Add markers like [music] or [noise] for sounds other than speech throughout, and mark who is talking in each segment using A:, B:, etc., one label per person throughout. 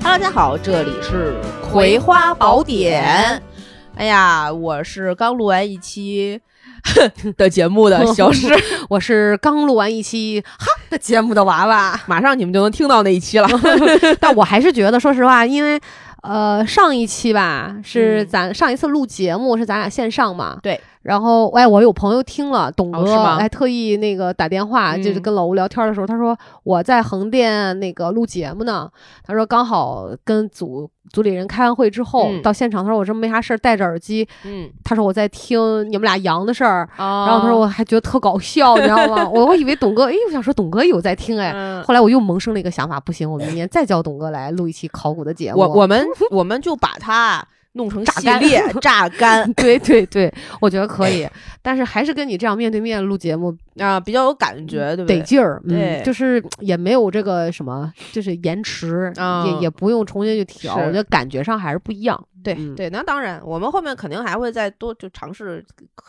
A: Hello，大家好，这里是《
B: 葵花宝典》。
A: 哎呀，我是刚录完一期 [laughs] 的节目 [laughs] 的小诗，
B: 我是刚录完一期哈的节目的娃娃，
A: 马上你们就能听到那一期了。
B: [laughs] 但我还是觉得，说实话，因为呃上一期吧是
A: 嗯
B: 咱、上一次录节目是咱俩线上嘛，
A: 对。
B: 然后哎，我有朋友听了，董
A: 哦
B: 哥
A: 是吗
B: 还特意那个打电话，
A: 嗯
B: 就是跟老吴聊天的时候，他说我在横店那个录节目呢，他说刚好跟组组里人开完会之后、
A: 嗯
B: 到现场，他说我这没啥事儿，戴着耳机，
A: 嗯，哦
B: 他说我在听你们俩阳的事儿，
A: 然
B: 然后他说我还觉得特搞笑，你知道吗？我我以为董哥，哎，我想说董哥有在听哎，
A: 嗯
B: 后来我又萌生了一个想法，不行，我明年再叫董哥来录一期考古的节目。
A: 我我们我们就把它弄成系列榨 [laughs] 干
B: [laughs] 对对对，我觉得可以，但是还是跟你这样面对面录节目
A: 啊，比较有感觉，对不
B: 得
A: 对？
B: 劲儿，
A: 对
B: 嗯，就是也没有这个什么，就是延迟，
A: 嗯
B: 也也不用重新去调，
A: 是
B: 我觉得感觉上还是不一样。
A: 对
B: 嗯
A: 对，那当然，我们后面肯定还会再多就尝试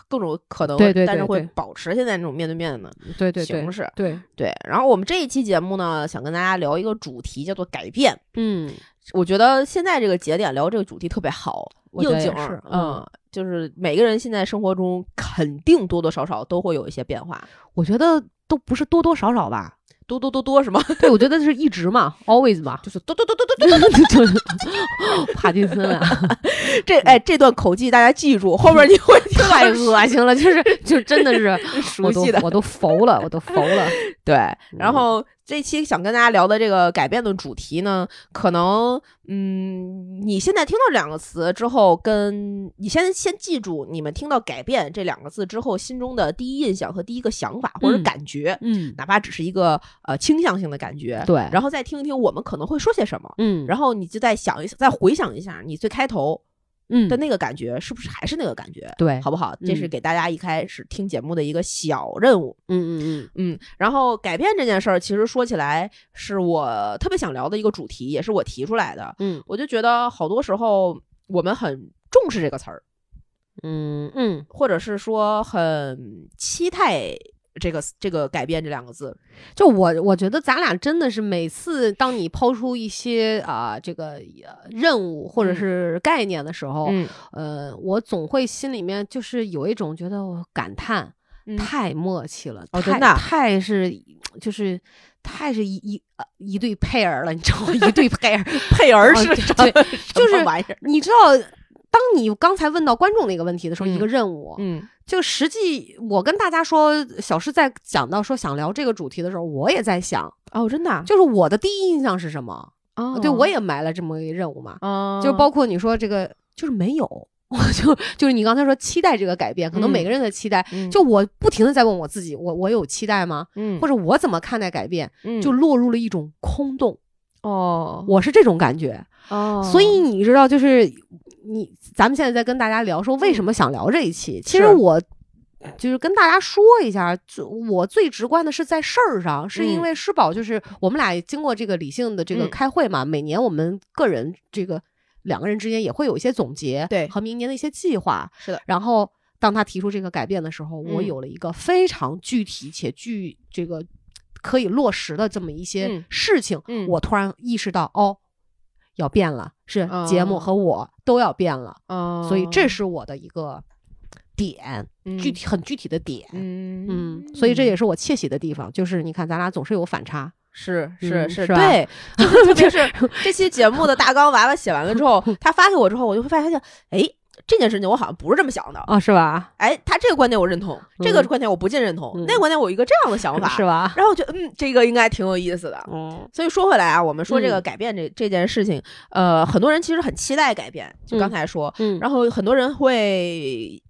A: 各种可能，
B: 对对
A: 但是
B: 对
A: 会
B: 对
A: 保持现在这种面对面的
B: 对对对
A: 形式。
B: 对，
A: 对，然后我们这一期节目呢，想跟大家聊一个主题，叫做改变。
B: 嗯，
A: 我觉得现在这个节点聊这个主题特别好，
B: 我觉
A: 应
B: 得
A: 景
B: 也
A: 儿
B: 是，
A: 嗯，就是每个人现在生活中肯定多多少少都会有一些变化，
B: 我觉得都不是多多少少吧，
A: 多多多多什么，，
B: 对我觉得是一直嘛，always 嘛
A: [laughs] 就是多多多多多
B: 帕金森啊。
A: [laughs] 多，这哎这段口技大家记住，后面你会听 [laughs] 到
B: 太恶心了，就是就是真的是
A: 熟悉的
B: 我都我都 [laughs] 服了，
A: [laughs]
B: 我都服了。
A: 对，
B: 嗯
A: 然后这期想跟大家聊的这个改变的主题呢，可能嗯，你现在听到这两个词之后，跟你先先记住你们听到“改变”这两个字之后，心中的第一印象和第一个想法或者
B: 嗯
A: 感觉，
B: 嗯，
A: 哪怕只是一个呃倾向性的感觉，
B: 对，
A: 然后再听一听我们可能会说些什么。
B: 嗯，
A: 然后你就再想一想，再回想一下你最开头
B: 嗯
A: 的那个感觉，是不是还是那个感觉，
B: 对，
A: 好不好？这是
B: 嗯
A: 给大家一开始听节目的一个小任务。
B: 嗯嗯
A: 嗯，然后改变这件事儿，其实说起来是我特别想聊的一个主题，也是我提出来的。
B: 嗯
A: 我就觉得好多时候我们很重视这个词儿，
B: 嗯嗯嗯，
A: 或者是说很期待这个这个改变这两个字。
B: 就我我觉得咱俩真的是每次当你抛出一些啊、这个呃任务或者
A: 嗯
B: 是概念的时
A: 哦
B: 候，呃，我总会心里面就是有一种觉得我感叹。
A: 嗯
B: 太默契了，
A: 哦
B: 太
A: 真的啊
B: 太是就是太是一一呃一对配儿了，你知道吗？一对 [laughs] 配儿，
A: 配儿
B: 哦
A: 是
B: 对
A: 什么
B: 对
A: 什
B: 就是
A: 么玩意儿。
B: 你知道，当你刚才问到观众那个问题的时候，
A: 嗯
B: 一个任务，
A: 嗯
B: 就实际我跟大家说，小诗在讲到说想聊这个主题的时候，我也在想，
A: 哦，真的啊
B: 就是我的第一印象是什么？
A: 哦
B: 对我也埋了这么一个任务嘛，
A: 啊，
B: 就包括你说这个，就是没有。我就就是你刚才说期待这个改变，可能
A: 嗯
B: 每个人的期待，
A: 嗯
B: 就我不停的在问我自己，我我有期待吗？
A: 嗯
B: 或者我怎么看待改变？
A: 嗯
B: 就落入了一种空洞，
A: 哦
B: 我是这种感觉。
A: 哦，
B: 所以你知道，就是你咱们现在在跟大家聊说为什么想聊这一期，其实
A: 嗯是
B: 我。就是跟大家说一下，就我最直观的是在事儿上，是因
A: 嗯
B: 为施宝就是我们俩经过这个理性的这个
A: 嗯
B: 开会嘛，每年我们个人这个两个人之间也会有一些总结，
A: 对
B: 和明年的一些计划。
A: 是的，
B: 然后当他提出这个改变的时候，我
A: 嗯
B: 有了一个非常具体且具这个可以落实的这么一些
A: 嗯
B: 事情，
A: 嗯
B: 我突然意识到，哦，要变了，是
A: 哦
B: 节目和我都要变了，
A: 哦
B: 所以这是我的一个点，具体很具体的点。
A: 嗯
B: 嗯，所以这也是我窃喜的地方，就是你看，咱俩总是有反 [laughs] 差。
A: 是是
B: 嗯
A: 是，
B: 是吧
A: 对，就是特别是
B: [laughs]
A: 这期节目的大纲，娃娃写完了之后，他发给我之后，我就会发现，哎，这件事情我好像不是这么想的。
B: 啊，是吧？
A: 哎，他这个观点我认同，这个
B: 嗯
A: 观点我不尽认同，
B: 嗯
A: 那个观点我有一个这样的想法，
B: 是吧？ [laughs]
A: 然后我觉得，嗯，这个应该挺有意思的。
B: 嗯
A: 所以说回来啊，我们说这个
B: 嗯
A: 改变这、这件事情，呃，很多人其实很期待改变，就刚
B: 嗯
A: 才说，
B: 嗯，
A: 然后很多人会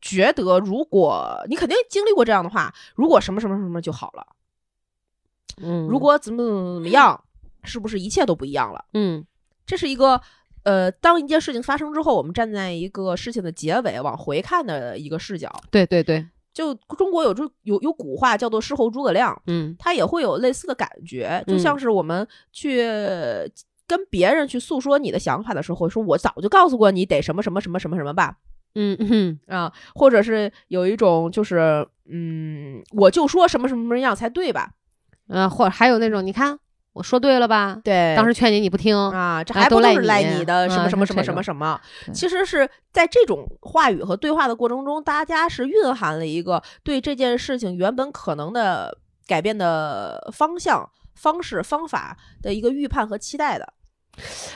A: 觉得，如果你肯定经历过这样的话，如果什么什么什么就好了。
B: 嗯
A: 如果怎么怎么怎么样，是不是一切都不一样了？
B: 嗯
A: 这是一个呃，当一件事情发生之后，我们站在一个事情的结尾往回看的一个视角。
B: 对对对，
A: 就中国有句有有古话叫做“事后诸葛亮”，
B: 嗯
A: 他也会有类似的感觉，就
B: 嗯
A: 像是我们去。跟别人去诉说你的想法的时候，说我早就告诉过你得什么什么什么什么什么吧，
B: 嗯嗯
A: 啊，或者是有一种就是，嗯，我就说什么什么什么样才对吧？
B: 嗯，呃，或者还有那种，你看我说对了吧？
A: 对，
B: 当时劝你你不听，
A: 啊，这
B: 啊
A: 还
B: 都
A: 不
B: 赖
A: 是
B: 你
A: 赖你的什
B: 啊
A: 么什么
B: 是
A: 什么
B: 这
A: 什么
B: 种
A: 什么？
B: 对
A: 其实是在这种话语和对话的过程中，大家是蕴含了一个对这件事情原本可能的改变的方向、方式、方法的一个预判和期待的。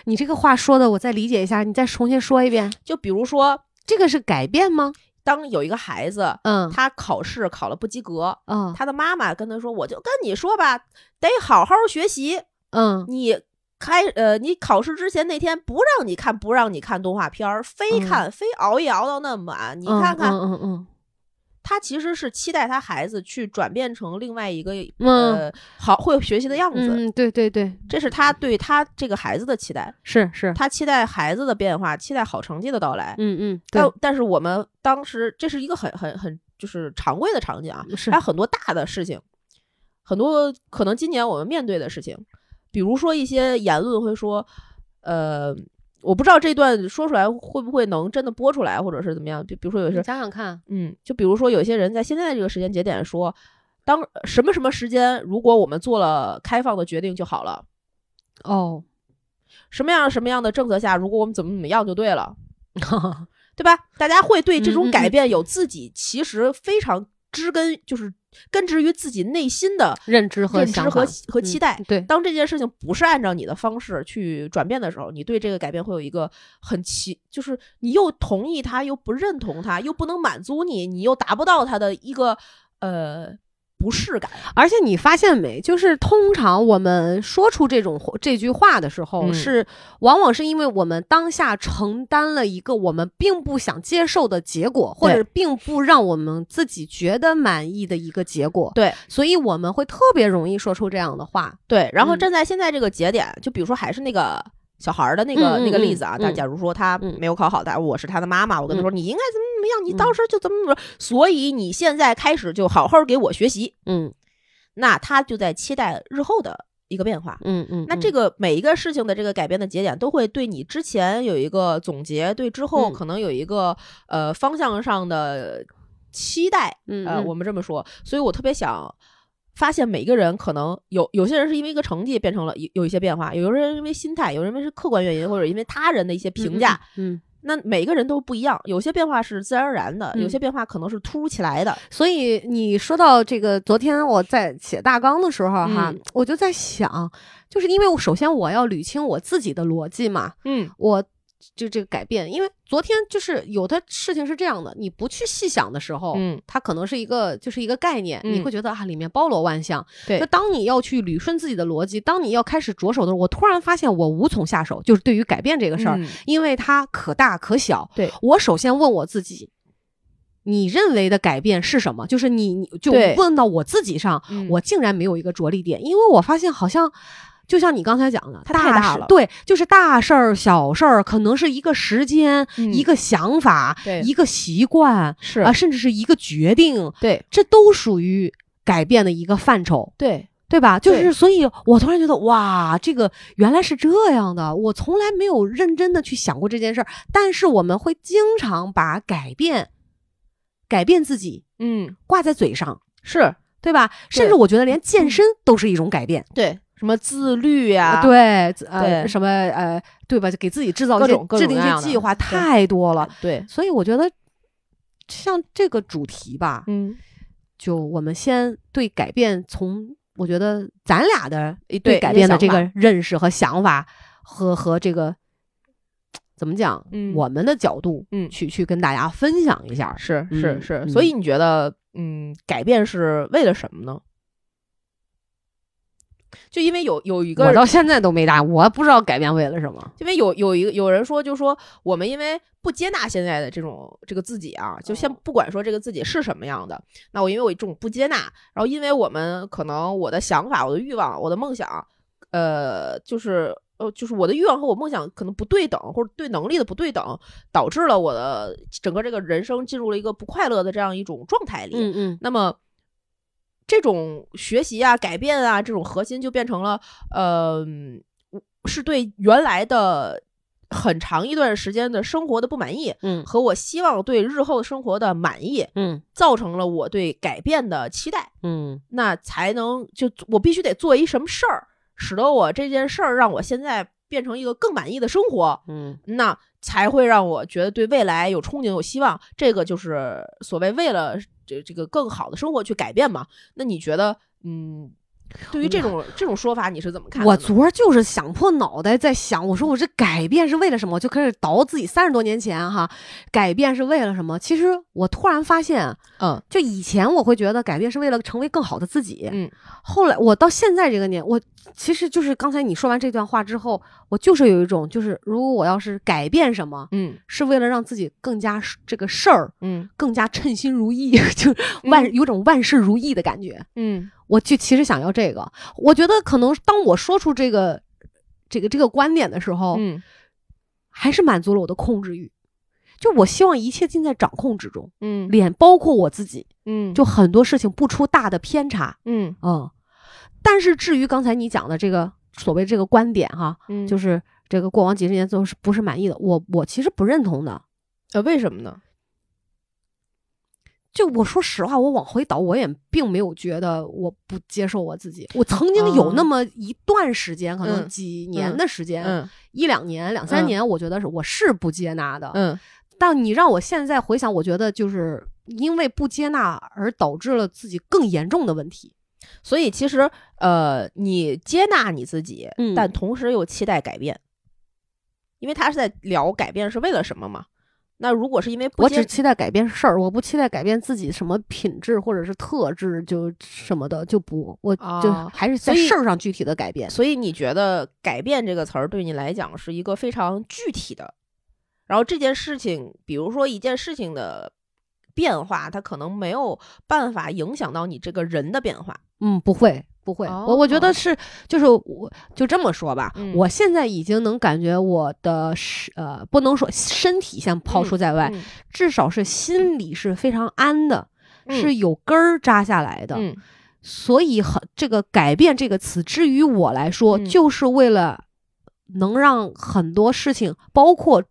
B: 你这个话说的，我再理解一下，你再重新说一遍，
A: 就比如说，
B: 这个是改变吗？
A: 当有一个孩子
B: 嗯
A: 他考试考了不及格，
B: 嗯
A: 他的妈妈跟他说：“我就跟你说吧，得好好学习，
B: 嗯
A: 你。”开呃，你考试之前那天不让你看，不让你看动画片儿，非
B: 嗯
A: 看、非熬夜熬到那么晚，你
B: 嗯
A: 看看，
B: 嗯嗯
A: 他其实是期待他孩子去转变成另外一个、
B: 嗯
A: 呃好会学习的样
B: 嗯
A: 子，
B: 嗯，对对对，
A: 这是他对他这个孩子的期待，
B: 是是，
A: 他期待孩子的变化，期待好成绩的到来。
B: 嗯嗯，对
A: 但，但是我们当时这是一个很很很就是常规的场景啊，
B: 是
A: 还有很多大的事情，很多可能今年我们面对的事情，比如说一些言论会说，呃。我不知道这段说出来会不会能真的播出来，或者是怎么样？就比如说有
B: 你
A: 些
B: 想想看，
A: 嗯，就比如说有些人在现在这个时间节点说，当什么什么时间，如果我们做了开放的决定就好了，
B: 哦，
A: 什么样什么样的政策下，如果我们怎么怎么样就对
B: [laughs]
A: 了，对吧？大家会对这种
B: 嗯嗯
A: 改
B: 嗯
A: 变有自己其实非常知根，就是根植于自己内心的
B: 认知和
A: 认知
B: 想
A: 和
B: 法
A: 和期待
B: 嗯。对，
A: 当这件事情不是按照你的方式去转变的时候，你对这个改变会有一个很奇，就是你又同意他，又不认同他，又不能满足你，你又达不到他的一个呃不适感。
B: 而且你发现没，就是通常我们说出这种这句话的时候，
A: 嗯
B: 是往往是因为我们当下承担了一个我们并不想接受的结果，或者并不让我们自己觉得满意的一个结果，
A: 对
B: 所以我们会特别容易说出这样的话。
A: 对，然后
B: 嗯
A: 站在现在这个节点，就比如说还是那个。小孩儿的那个、
B: 嗯嗯
A: 那个例子啊，
B: 嗯
A: 他假如说他
B: 嗯
A: 没有考好，但我是他的妈妈，我跟他说、你应该怎么怎么样，你
B: 嗯
A: 当时就怎么怎么，所以你现在开始就好好给我学习，
B: 嗯
A: 那他就在期待日后的一个变化。
B: 嗯嗯，
A: 那这
B: 个
A: 个每一个事情的这个改变的节点，都会对你之前有一个总结，对之后
B: 嗯
A: 可能有一个、呃方向上的期待。
B: 嗯
A: 呃，
B: 嗯
A: 我们这么说，所以我特别想发现每个人可能有有些人是因为一个成绩变成了有有一些变化，有些人因为心态，有人因为是客观原因，或者因为他人的一些评价。，
B: 嗯嗯嗯
A: 那每个人都不一样，有些变化是自然而然的，
B: 嗯
A: 有些变化可能是突如其来的。
B: 所以你说到这个，昨天我在写大纲的时候哈，
A: 嗯
B: 我就在想，就是因为我首先我要捋清我自己的逻辑嘛，
A: 嗯
B: 我就这个改变，因为昨天就是有的事情是这样的，你不去细想的时候，
A: 嗯，
B: 它可能是一个就是一个概念，
A: 嗯
B: 你会觉得啊里面包罗万象。
A: 对
B: 那当你要去捋顺自己的逻辑，当你要开始着手的时候，我突然发现我无从下手，就是对于改变这个事儿，
A: 嗯
B: 因为它可大可小。
A: 对
B: 我首先问我自己。你认为的改变是什么？就是你，你就
A: 对
B: 问到我自己上，
A: 嗯
B: 我竟然没有一个着力点，因为我发现好像。就像你刚才讲的，
A: 它太大
B: 事
A: 了
B: 对，就是大事儿、小事儿，可能是一个时间、
A: 嗯
B: 一个想法、
A: 对
B: 一个习惯啊、
A: 是
B: 甚至是一个决定，
A: 对
B: 这都属于改变的一个范畴，
A: 对，
B: 对吧？就
A: 对
B: 是，所以我突然觉得，哇，这个原来是这样的，我从来没有认真的去想过这件事儿。但是我们会经常把改变、改变自己
A: 嗯，
B: 挂在嘴上，
A: 是
B: 对吧？甚
A: 对嗯
B: 至我觉得连健身都是一种改变，
A: 对什么自律呀、
B: 呃对，自呃，
A: 啊对
B: 什么呃，对吧？就给自己制造一
A: 各
B: 些
A: 种各
B: 制
A: 种
B: 定一
A: 各样
B: 些
A: 的
B: 计划，
A: 对
B: 太多了。
A: 对，
B: 所以我觉得，像这个主题吧，
A: 嗯，
B: 就我们先对改变从我觉得咱俩的
A: 对
B: 对改变的
A: 一些
B: 这
A: 想法
B: 个认识和想法，和和这个怎么讲，
A: 嗯
B: 我们的角度，
A: 嗯
B: 去去跟大家分享一下。
A: 是
B: 嗯
A: 是是，
B: 嗯
A: 所以你觉得，嗯，改变是为了什么呢？就因为有有一个
B: 我，到现在都没答，我不知道改变为了什么。
A: 因为有有一个有人说，就说我们因为不接纳现在的这种这个自己啊，就先
B: 哦
A: 不管说这个自己是什么样的，那我因为我这种不接纳，然后因为我们可能我的想法、我的欲望、我的梦想，呃，就是呃，就是我的欲望和我梦想可能不对等，或者对能力的不对等，导致了我的整个这个人生进入了一个不快乐的这样一种状态里。
B: 嗯嗯
A: 那么这种学习啊、改变啊，这种核心就变成了，呃，是对原来的很长一段时间的生活的不满意，
B: 嗯
A: 和我希望对日后生活的满意，
B: 嗯
A: 造成了我对改变的期待。
B: 嗯
A: 那才能就我必须得做一什么事儿，使得我这件事儿让我现在变成一个更满意的生活，
B: 嗯
A: 那才会让我觉得对未来有憧憬、有希望。这个就是所谓为了这这个更好的生活去改变嘛。那你觉得，嗯，对于这种这种说法，你是怎么看的
B: 我
A: 呢？
B: 昨儿就是想破脑袋在想，我说我这改变是为了什么？我就开始倒自己三十多年前哈，改变是为了什么？其实我突然发现，
A: 嗯
B: 就以前我会觉得改变是为了成为更好的自己，
A: 嗯，
B: 后来我到现在这个年，我其实就是刚才你说完这段话之后，我就是有一种就是，如果我要是改变什么，
A: 嗯
B: 是为了让自己更加这个事儿
A: 嗯
B: 更加称心如意， [laughs] 就是万、有种万事如意的感觉。
A: 嗯
B: 我就其实想要这个，我觉得可能当我说出这个这个这个观点的时候，
A: 嗯
B: 还是满足了我的控制欲。就我希望一切尽在掌控之中，
A: 嗯
B: 连包括我自己，
A: 嗯
B: 就很多事情不出大的偏差。
A: 嗯
B: 嗯，但是至于刚才你讲的这个所谓这个观点哈，
A: 嗯，
B: 就是是这个过往几十年最后是不是满意的，我我其实不认同的。
A: 呃，为什么呢？
B: 就我说实话，我往回倒，我也并没有觉得我不接受我自己。我曾经有那么一段时间，可能
A: 哦嗯
B: 几年
A: 嗯
B: 的时间，
A: 嗯
B: 一两年、两三
A: 嗯
B: 年，我觉得是我是不接纳的。
A: 嗯
B: 但你让我现在回想，我觉得就是因为不接纳而导致了自己更严重的问题。
A: 所以其实呃，你接纳你自己，
B: 嗯
A: 但同时又期待改变，因为他是在聊改变是为了什么嘛。那如果是因为不
B: 我
A: 接
B: 只期待改变事儿，我不期待改变自己什么品质或者是特质，就什么的就不，我就
A: 啊
B: 还是在
A: 所以
B: 事儿上具体的改变。
A: 所以你觉得“改变”这个词儿对你来讲是一个非常具体的，然后这件事情，比如说一件事情的变化，它可能没有办法影响到你这个人的变化。
B: 嗯，不会，不会，我我觉
A: 哦
B: 得是，就是我就这么说吧，
A: 嗯
B: 我现在已经能感觉我的是呃，不能说身体先抛出在外，
A: 嗯
B: 至少是心里是非常安的，
A: 嗯
B: 是有根儿扎下来的。
A: 嗯
B: 所以很这个“改变”这个词，至于我来说，
A: 嗯
B: 就是为了能让很多事情，包括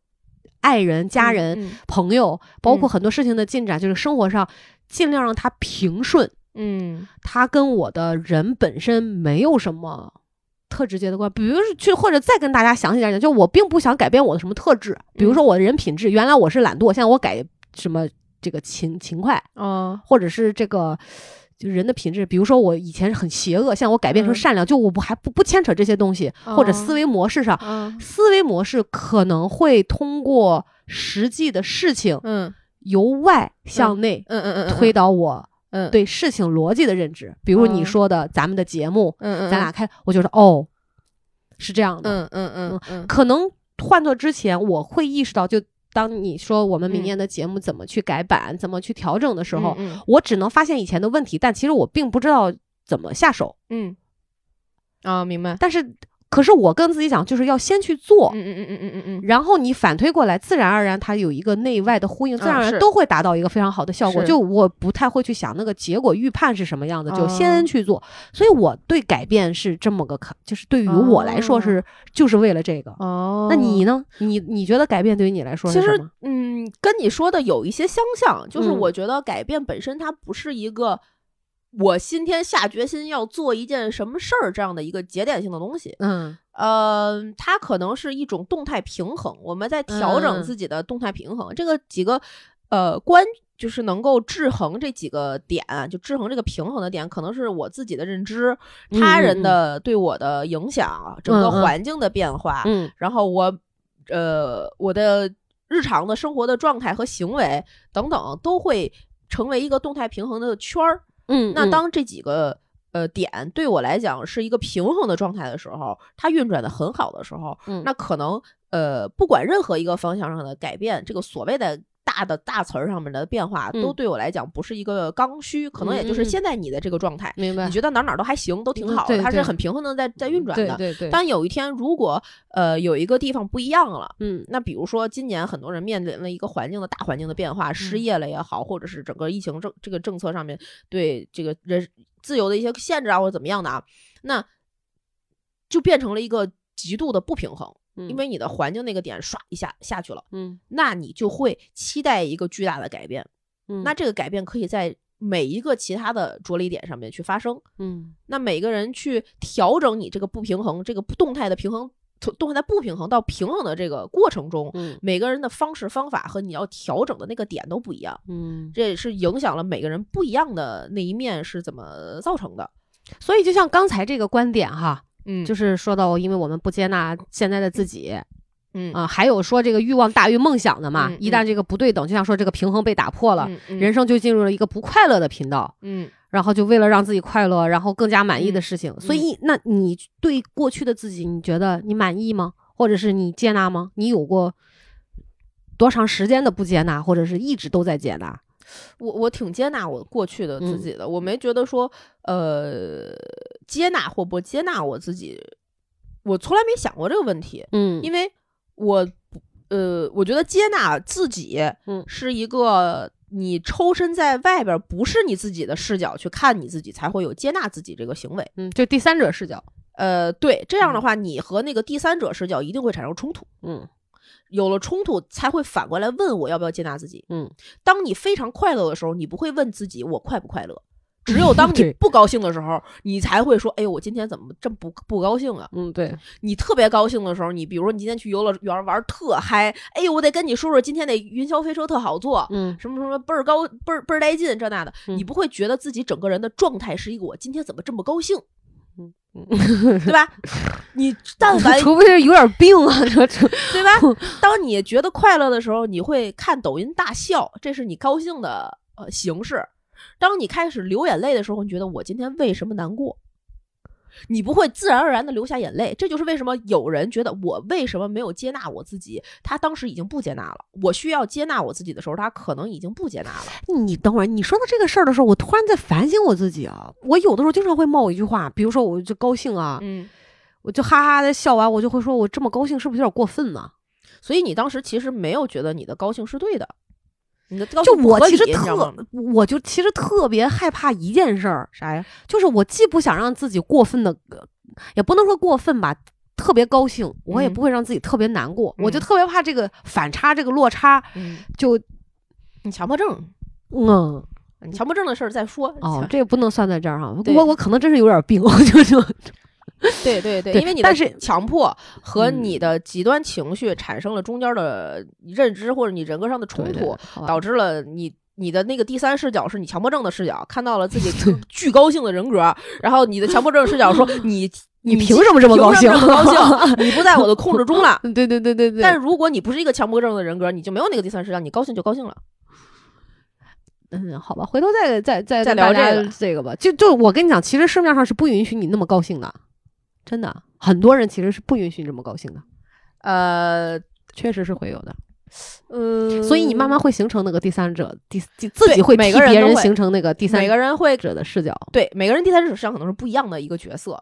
B: 爱人、家人、
A: 嗯
B: 朋友，包
A: 嗯
B: 括很多事情的进展，就是生活上尽量让它平顺。
A: 嗯
B: 它跟我的人本身没有什么特直接的关，比如是去或者再跟大家详细点讲，就我并不想改变我的什么特质，比
A: 嗯
B: 如说我的人品质，原来我是懒惰，现在我改什么这个勤勤快，
A: 哦
B: 或者是这个就人的品质，比如说我以前是很邪恶，现在我改变成
A: 嗯
B: 善良，就我不还不不牵扯这些东西，或者
A: 哦
B: 思维模式上，
A: 嗯
B: 思维模式可能会通过实际的事情
A: 嗯
B: 由外向内
A: 嗯嗯嗯
B: 推导我
A: 嗯
B: 对事情逻辑的认知，比如你
A: 嗯
B: 说的咱们的节目，
A: 嗯嗯
B: 咱俩开，我就说哦，是这样的。
A: 嗯嗯嗯嗯
B: 可能换做之前，我会意识到，就当你说我们明
A: 嗯
B: 年的节目怎么去改版、怎么去调整的时候，
A: 嗯
B: 我只能发现以前的问题，但其实我并不知道怎么下手。
A: 嗯啊明白
B: 但是，可是我跟自己讲，就是要先去做。
A: 嗯嗯嗯嗯嗯嗯嗯
B: 然后你反推过来，自然而然它有一个内外的呼应，自然
A: 嗯
B: 而然
A: 是
B: 都会达到一个非常好的效果。
A: 是
B: 就我不太会去想那个结果预判是什么样的，就先
A: 哦
B: 去做。所以我对改变是这么个看，就是对于我来说是、就是为了这个。
A: 哦
B: 那你呢？你你觉得改变对于你来说
A: 其
B: 是什
A: 实
B: 么？，
A: 嗯，跟你说的有一些相像，就是
B: 嗯
A: 我觉得改变本身它不是一个我今天下决心要做一件什么事儿这样的一个节点性的东西，
B: 嗯
A: 呃，它可能是一种动态平衡，我们在调
B: 嗯嗯
A: 整自己的动态平衡，这个几个呃关。就是能够制衡这几个点，就制衡这个平衡的点，可能是我自己的认知、
B: 嗯
A: 他
B: 嗯
A: 人
B: 嗯
A: 的对我的影响、啊整个
B: 嗯嗯
A: 环境的变化，
B: 嗯
A: 然后我呃我的日常的生活的状态和行为等等，都会成为一个动态平衡的圈儿。
B: 嗯
A: 那
B: 嗯
A: 当这几个呃点对我来讲是一个平衡的状态的时候，它运转的很好的时候，
B: 嗯
A: 那可能呃不管任何一个方向上的改变，这个所谓的。大的大词儿上面的变化，
B: 嗯
A: 都对我来讲不是一个刚需，可能也就
B: 嗯
A: 是
B: 嗯嗯
A: 现在你的这个状态，
B: 明白
A: 你觉得哪儿哪儿都还行，都挺
B: 嗯
A: 好的，
B: 对
A: 它是
B: 对
A: 很平衡的在在运转的。
B: 对对
A: 当有一天如果呃有一个地方不一样了，
B: 嗯
A: 那比如说今年很多人面临了一个环境的大环境的变化，
B: 嗯
A: 失业了也好，或者是整个疫情政这个政策上面对这个人自由的一些限制啊，或者怎么样的啊，那就变成了一个极度的不平衡，
B: 嗯
A: 因为你的环境那个点唰一下下去了，
B: 嗯
A: 那你就会期待一个巨大的改变。
B: 嗯
A: 那这个改变可以在每一个其他的着力点上面去发生。
B: 嗯
A: 那每个人去调整你这个不平衡，这个动态的平衡，从动态的不平衡到平衡的这个过程中，
B: 嗯
A: 每个人的方式方法和你要调整的那个点都不一样，
B: 嗯，
A: 这也是影响了每个人不一样的那一面是怎么造成的。
B: 所以就像刚才这个观点哈，
A: 嗯
B: 就是是说到，因为我们不接纳现在的自己啊、
A: 嗯
B: 还有说这个欲望大于梦想的嘛，
A: 嗯
B: 一旦这个不对等，就像说这个平衡被打破了，，
A: 嗯
B: 人，生就进入了一个不快乐的频道。
A: 嗯
B: 然后就为了让自己快乐，然后更加满意的
A: 嗯
B: 事情，所以那你对过去的自己，你觉得你满意吗？或者是你接纳吗？你有过多长时间的不接纳，或者是一直都在接纳？
A: 我我挺接纳我过去的自
B: 嗯
A: 己的，我没觉得说呃接纳或不接纳我自己，我从来没想过这个问题，
B: 嗯
A: 因为我不呃，我觉得接纳自己
B: 嗯
A: 是一个你抽身在外边儿，不是你自己的视角去看你自己，才会有接纳自己这个行为。
B: 嗯，就第三者视角。
A: 呃，对，这样的话，你和那个第三者视角一定会产生冲突。
B: 嗯
A: 有了冲突，才会反过来问我要不要接纳自己。
B: 嗯，
A: 当你非常快乐的时候，你不会问自己我快不快乐。只有当你
B: [laughs] 对
A: 不高兴的时候，你才会说：“哎呦，我今天怎么这么不不高兴啊？”
B: 嗯，对，
A: 你特别高兴的时候，你比如说你今天去游乐园玩儿特嗨，哎呦，我得跟你说说，今天那云霄飞车特好坐，
B: [laughs] 嗯
A: 什么什么倍儿高倍儿倍儿带劲，这那的，
B: 嗯
A: 你不会觉得自己整个人的状态是一个我今天怎么这么高兴
B: 嗯，
A: 对吧？ [laughs]
B: [laughs]
A: 你但凡
B: 除非是有点病啊， [laughs] 这这，
A: 对 [laughs] 吧？当你觉得快乐的时候，你会看抖音大笑，这是你高兴的呃形式。当你开始流眼泪的时候，你觉得我今天为什么难过？你不会自然而然的流下眼泪，这就是为什么有人觉得我为什么没有接纳我自己。他当时已经不接纳了，我需要接纳我自己的时候，他可能已经不接纳了。
B: 你等会儿，你说到这个事儿的时候，我突然在反省我自己啊。我有的时候经常会冒一句话，比如说我就高兴啊，
A: 嗯，
B: 我就哈哈的笑完，我就会说我这么高兴是不是有点过分呢、
A: 所以你当时其实没有觉得你的高兴是对的，你的高
B: 就
A: 兴不
B: 我
A: 合
B: 其实
A: 理你知道
B: 特
A: 吗，
B: 我就其实特别害怕一件事儿，
A: 啥呀？
B: 就是我既不想让自己过分的，也不能说过分吧，特别高兴，我也
A: 嗯
B: 不会让自己特别难过，我就
A: 嗯
B: 特别怕这个反差，这个落差
A: 嗯，
B: 就
A: 你强迫症，
B: 嗯
A: 你强迫症的事儿再说。
B: 哦，这也不能算在这儿哈，
A: 对
B: 我我可能真是有点病， [laughs] 我就就
A: 对对对，
B: 对
A: 因为你
B: 但
A: 的
B: 是
A: 强迫和
B: 嗯
A: 你的极端情绪产生了中间的认知或者你人格上的冲突，
B: 导
A: 导致了你。你的那个第三视角是你强迫症的视角，看到了自己
B: [laughs]
A: 巨高兴的人格，然后你的强迫症视角说你
B: 你
A: 你
B: 凭什么这么高兴？
A: 凭什么这么
B: [laughs]
A: 高兴？嗯你不在我的控制中了。
B: 对对对 [laughs] 对对，
A: 但是如果你不是一个强迫症的人格，你就没有那个第三视角，你高兴就高兴了。
B: 嗯，好吧，回头再再再
A: 再
B: 跟大
A: 聊
B: 家
A: 这个
B: 这个吧。就就我跟你讲，其实市面上是不允许你那么高兴的，真的，很多人其实是不允许你这么高兴的，
A: 呃
B: 确实是会有的。
A: 呃，
B: 所以你慢慢会形成那个第三者，第第自己
A: 对
B: 会替
A: 每个人
B: 别
A: 都
B: 人
A: 会
B: 形成那个第三
A: 每个人会
B: 者的视角。
A: 对每个人第三视角可能是不一样的一个角色，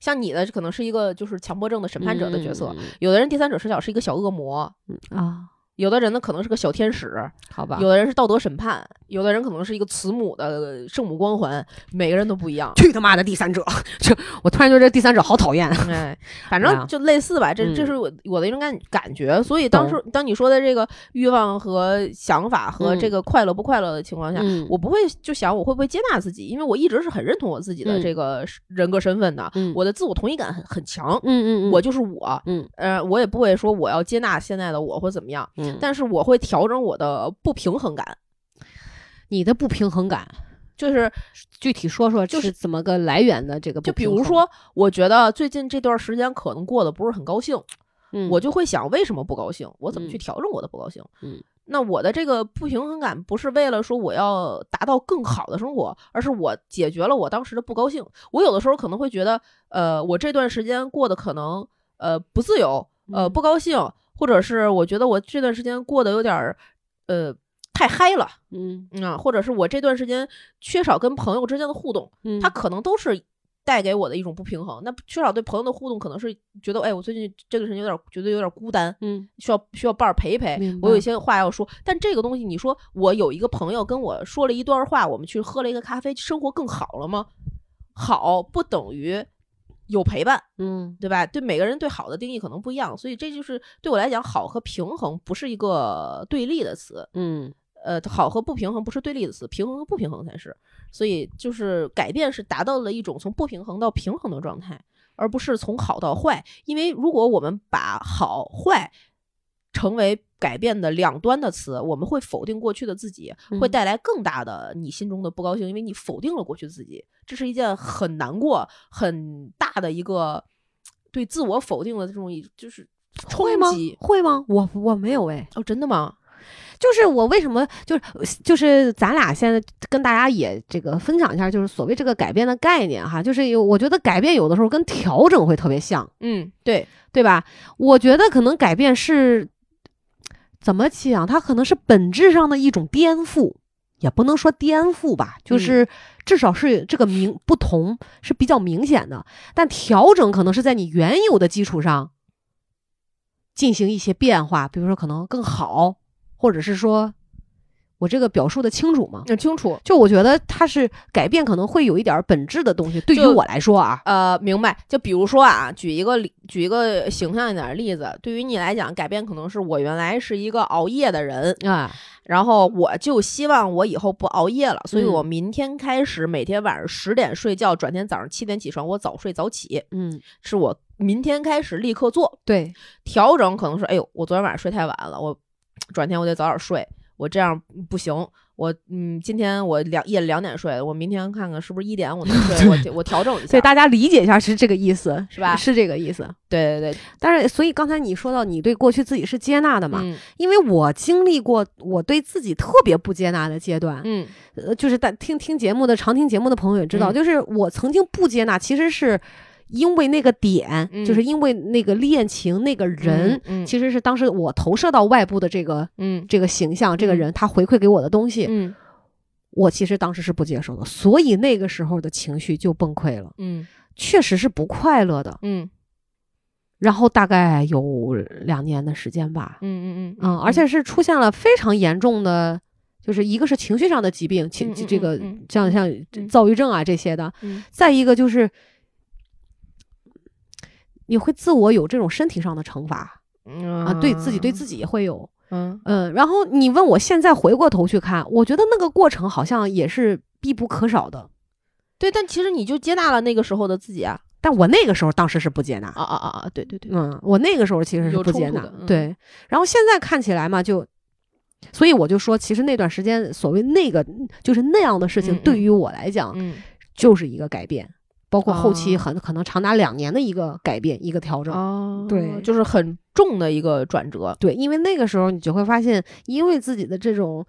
A: 像你的可能是一个就是强迫症的审判者的角色，有的人第三者视角是一个小恶魔，
B: 嗯啊，
A: 有的人呢可能是个小天使，
B: 好吧，
A: 有的人是道德审判，有的人可能是一个慈母的圣母光环，每个人都不一
B: [laughs]。
A: 样
B: 去他妈的第三者！就我突然觉得这第三者好讨厌。啊
A: 哎，反
B: 哎呀
A: 正就类似吧，这
B: 嗯
A: 这是我我的一种感感觉。所以当时当你说的这个欲望和想法和
B: 嗯
A: 这个快乐不快乐的情况下。
B: 嗯
A: 我不会就想我会不会接纳自己，因为我一直是很认同我自己的
B: 嗯
A: 这个人格身份的，
B: 嗯
A: 我的自我同一感很很强，
B: 嗯嗯嗯，
A: 我就是我，
B: 嗯
A: 呃，我也不会说我要接纳现在的我或怎么样，
B: 嗯，但
A: 但是我会调整我的不平衡感，
B: 你的不平衡感，
A: 就是
B: 具体说说
A: 就是
B: 是怎么个来源的？这个
A: 就
B: 不
A: 比
B: 平
A: 如
B: 衡，
A: 说，我觉得最近这段时间可能过得不是很高兴，
B: 嗯
A: 我就会想为什么不高兴，我怎么去
B: 嗯
A: 调整我的不高兴？
B: 嗯
A: 那我的这个不平衡感不是为了说我要达到更好的生活，而是我解决了我当时的不高兴。我有的时候可能会觉得，呃，我这段时间过得可能呃不自由，呃
B: 嗯
A: 不高兴，或者是我觉得我这段时间过得有点儿呃太嗨了。
B: 嗯
A: 嗯啊，或者是我这段时间缺少跟朋友之间的互动，
B: 嗯，
A: 它可能都是带给我的一种不平衡。那缺少对朋友的互动，可能是觉得，哎，我最近这个时间有点觉得有点孤单，
B: 嗯
A: 需要需要伴儿陪一陪
B: 明。
A: 我有
B: 白
A: 一些话要说，但这个东西，你说我有一个朋友跟我说了一段话，我们去喝了一个咖啡，生活更好了吗？好不等于有陪伴，
B: 嗯
A: 对吧？对每个人对好的定义可能不一样，所以这就是对我来讲，好和平衡不是一个对立的词。
B: 嗯
A: 呃，好和不平衡不是对立的词，平衡和不平衡才是。所以就是改变是达到了一种从不平衡到平衡的状态，而不是从好到坏。因为如果我们把好坏成为改变的两端的词，我们会否定过去的自己，会
B: 嗯
A: 带来更大的你心中的不高兴，因为你否定了过去自己，这是一件很难过、很大的一个对自我否定的这种一就是冲
B: 会吗
A: 击。？
B: 会吗？我我没有哎，
A: 哦，真的吗？
B: 就是我为什么就是就是咱俩现在跟大家也这个分享一下，就是所谓这个改变的概念哈，就是有我觉得改变有的时候跟调整会特别像，
A: 嗯，对，
B: 对吧？我觉得可能改变是怎么讲，它可能是本质上的一种颠覆。也不能说颠覆吧，就是至少是这个明不同是比较明显的，但调整可能是在你原有的基础上进行一些变化，比如说可能更好，或者是说我这个表述的清楚吗？
A: 很清楚。
B: 就我觉得它是改变，可能会有一点儿本质的东西。对于
A: 就
B: 我来说啊，
A: 呃，明白。就比如说啊，举一个例举一个形象一点的例子，对于你来讲，改变可能是我原来是一个熬夜的人，
B: 啊，
A: 然后我就希望我以后不熬夜了，所以
B: 嗯
A: 我明天开始每天晚上十点睡觉，转天早上七点起床，我早睡早起，
B: 嗯，
A: 是我明天开始立刻做
B: 对，
A: 调整。可能是，哎呦，我昨天晚上睡太晚了，我转天我得早点睡，我这样不行。我嗯，今天我两夜里两点睡，我明天看看是不是一点我能睡，我我调整一下。
B: 所以大家理解一下是这个意思，
A: 是吧
B: 啊是这个意思。
A: 对对对，
B: 但是，所以刚才你说到你对过去自己是接纳的嘛？
A: 嗯
B: 因为我经历过我对自己特别不接纳的阶段，
A: 嗯。
B: 呃，就是大听听节目的常听节目的朋友也知道，
A: 嗯
B: 就是我曾经不接纳，其实是因为那个点，
A: 嗯
B: 就是因为那个恋情那个人。
A: 嗯，嗯
B: 其实是当时我投射到外部的这个
A: 嗯
B: 这个形象，这个人他回馈给我的东西，
A: 嗯
B: 我其实当时是不接受的，所以那个时候的情绪就崩溃了，
A: 嗯
B: 确实是不快乐的。
A: 嗯
B: 然后大概有两年的时间吧，
A: 嗯嗯
B: 嗯，而且是出现了非常严重的，就是一个是情绪上的疾病，情
A: 嗯嗯
B: 这个
A: 嗯嗯
B: 像像
A: 嗯
B: 躁郁症啊这些的，
A: 嗯
B: 再一个就是你会自我有这种身体上的惩罚
A: 嗯
B: 啊，对自己对自己也会有，
A: 嗯
B: 嗯，然后你问我现在回过头去看，我觉得那个过程好像也是必不可少的，
A: 对，但其实你就接纳了那个时候的自己啊
B: 但我那个时候当时是不接纳
A: 啊啊啊啊！对对对，
B: 嗯，我那个时候其实是
A: 有
B: 不
A: 冲
B: 接
A: 突
B: 纳
A: 的，嗯
B: 对。然后现在看起来嘛，就，所以我就说，其实那段时间所谓那个就是那样的事情
A: 嗯，嗯
B: 对于我来讲、
A: 嗯
B: 就是一个改变，包括后期
A: 啊
B: 很、可能长达两年的一个改变，一个调整。
A: 哦
B: 对
A: 就是很重的一个转折，
B: 对，因为那个时候你就会发现，因为自己的这种，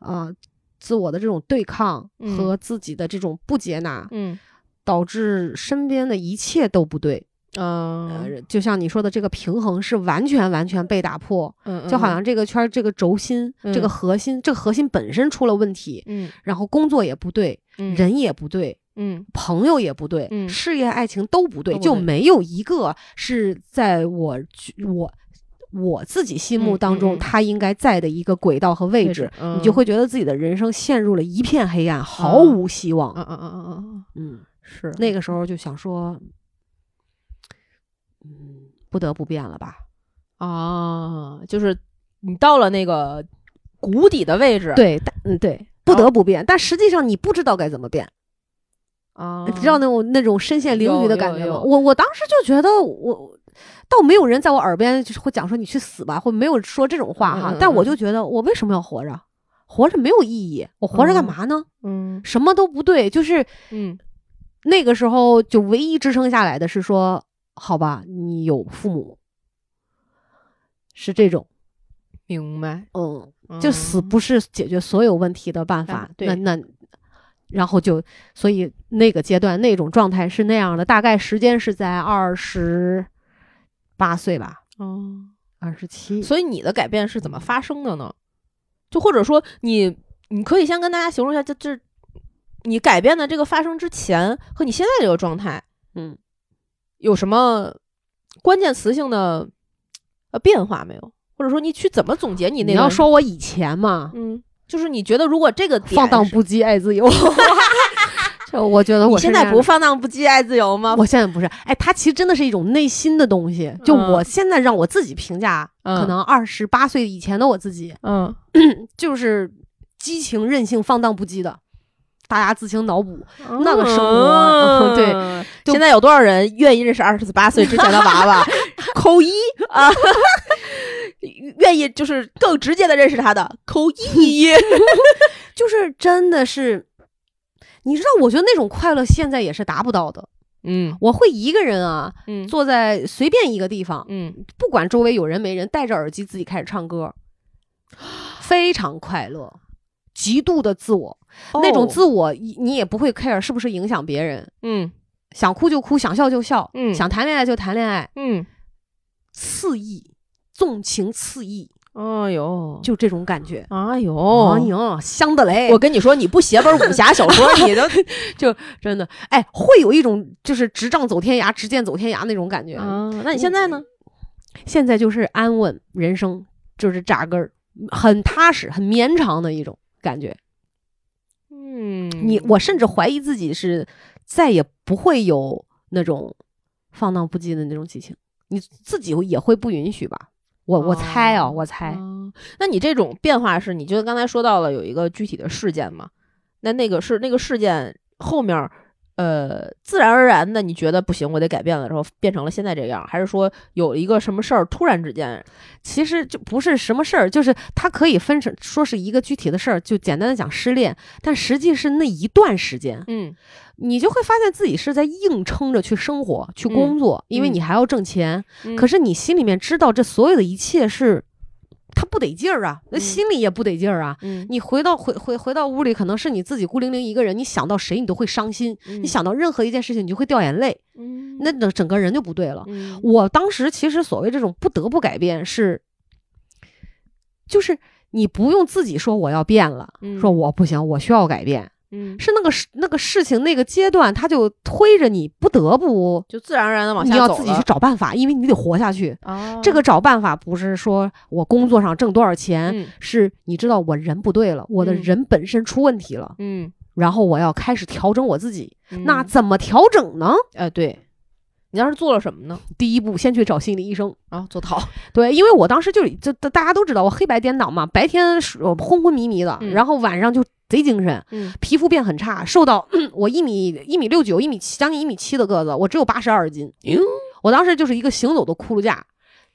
B: 呃，自我的这种对抗
A: 嗯
B: 和自己的这种不接纳，
A: 嗯
B: 导致身边的一切都不对。
A: 嗯
B: 呃，就像你说的，这个平衡是完全完全被打破。
A: 嗯，
B: 就好像这个圈儿、这个轴心、这
A: 嗯
B: 个核心、这个核心本身出了问题，
A: 嗯
B: 然后工作也不对，
A: 嗯
B: 人也不对，
A: 嗯
B: 朋友也不对，
A: 嗯
B: 事业、爱情都不对，
A: 都不
B: 就
A: 对
B: 没有一个是在我觉我我自己心目
A: 嗯
B: 当中
A: 嗯嗯
B: 他应该在的一个轨道和位置。你就会觉得自己的人生陷入了一片黑暗，毫
A: 嗯
B: 无希
A: 嗯
B: 望。
A: 嗯嗯嗯嗯
B: 嗯，
A: 是
B: 那个时候就想说，嗯，不得不变了吧？
A: 啊，就是你到了那个谷底的位置，
B: 对，但嗯对，不得不变，但实际上你不知道该怎么变。
A: 啊，
B: 哎知道那种那种身陷囹圄的
A: 有
B: 感
A: 有
B: 觉
A: 有
B: 吗？我我当时就觉得我。倒没有人在我耳边就是会讲说你去死吧，或没有说这种话哈。
A: 嗯嗯
B: 但
A: 嗯
B: 我就觉得我为什么要活着？活着没有意义，我活着干
A: 嗯
B: 嘛呢？
A: 嗯
B: 什么都不对。就是
A: 嗯
B: 那个时候，就唯一支撑下来的是说，好吧，你有父母，是这种，
A: 明白，
B: 嗯，就死
A: 嗯
B: 不是解决所有问题的办法
A: 啊。对
B: 那那，然后就，所以那个阶段那种状态是那样的，大概时间是在二十八岁吧，
A: 哦。
B: 二十七。
A: 所以你的改变是怎么发生的呢？就或者说你，你可以先跟大家形容一下，就这你改变的这个发生之前和你现在这个状态
B: 嗯，
A: 有什么关键词性的呃变化没有？或者说你去怎么总结你那
B: 你
A: 个？
B: 要说我以前嘛，
A: 嗯，就是你觉得如果这个点
B: 放荡
A: 是，
B: 不羁，爱 [laughs] 自由。就我觉得
A: 你
B: 我
A: 现
B: 是
A: 在
B: 这样
A: 不
B: 的，
A: 放荡不羁爱自由吗？
B: 我现在不是。哎，它其实真的是一种内心的东西。就
A: 嗯
B: 我现在让我自己评价，
A: 嗯
B: 可能二十八岁以前的我自己，
A: 嗯
B: 就是激情、任性、放荡不羁的，大家自行脑补。那
A: 那
B: 个
A: 个
B: 生
A: 生
B: 活
A: 活、嗯
B: 啊对
A: 对，哦
B: 就
A: 现在有多少人愿意认识二十八岁之前的娃娃？扣一啊！ [laughs] 愿意就是更直接的认识他的扣 [laughs] 一，
B: 就是真的是，你知道，我觉得那种快乐现在也是达不到的。
A: 嗯
B: 我会一个人啊，
A: 嗯
B: 坐在随便一个地方，
A: 嗯，
B: 不管周围有人没人，戴着耳机自己开始唱歌，非常快乐，极度的自我，那
A: 哦
B: 种自我你你也不会 care 是不是影响别人，
A: 嗯
B: 想哭就哭，想笑就笑，
A: 嗯
B: 想谈恋爱就谈恋爱，
A: 嗯，
B: 肆意，纵情肆意，
A: 哎呦，
B: 就这种感觉。
A: 哎呦，
B: 哎呀，香的嘞！
A: 我跟你说，你不写本武侠小说， [laughs] 你都
B: 真的，哎，会有一种就是直杖走天涯，直剑走天涯那种感觉。
A: 啊？那你现在呢？嗯
B: 现在就是安稳人生，就是扎根儿，很踏实，很绵长的一种感觉。
A: 嗯，
B: 你我甚至怀疑自己是再也不会有那种放荡不羁的那种激情，你自己也会不允许吧？我我猜啊，
A: 哦
B: 我猜，
A: 哦那你这种变化是，你就刚才说到了有一个具体的事件嘛？那那个是那个事件后面儿，呃，自然而然的，你觉得不行，我得改变了，然后变成了现在这样，还是说有一个什么事儿突然之间？
B: 其实就不是什么事儿，就是它可以分成说是一个具体的事儿，就简单的讲失恋，但实际是那一段时间，
A: 嗯
B: 你就会发现自己是在硬撑着去生活、去工作，因为
A: 嗯
B: 你还要挣钱。
A: 嗯
B: 可是你心里面知道，这所有的一切是它不得劲儿啊，那
A: 嗯
B: 心里也不得劲儿啊。
A: 嗯，
B: 你回到回回回到屋里，可能是你自己孤零零一个人，你想到谁你都会伤心，你
A: 你，
B: 想到任何一件事情你就会掉眼泪，
A: 嗯
B: 那整整个人就不对了。
A: 嗯
B: 我当时其实所谓这种不得不改变是，就是你不用自己说我要变了，
A: 嗯
B: 说我不行，我需要改变，
A: 嗯，
B: 是那个事那个事情那个阶段，他就推着你不得不
A: 就自然而然的往
B: 你
A: 下
B: 要
A: 走
B: 自己去找办法，因为你得活下去。
A: 啊，
B: 这个找办法不是说我工作上挣多少钱，
A: 嗯
B: 是你知道我人不对了，我的
A: 嗯
B: 人本身出问题了，
A: 嗯，
B: 然后我要开始调整我自己。
A: 嗯
B: 那怎么调整呢？
A: 呃对，你当时做了什么呢？
B: 第一步，先去找心理医生。
A: 啊，做陶，
B: 对，因为我当时就这大家都知道我黑白颠倒嘛，白天是呃昏昏迷迷的，
A: 嗯
B: 然后晚上就贼精神，
A: 嗯
B: 皮肤变很差，瘦到 [clears throat] 我一米一米六九，一米七将近一米七的个子，我只有八十二斤。
A: 哟
B: 我当时就是一个行走的骷髅架，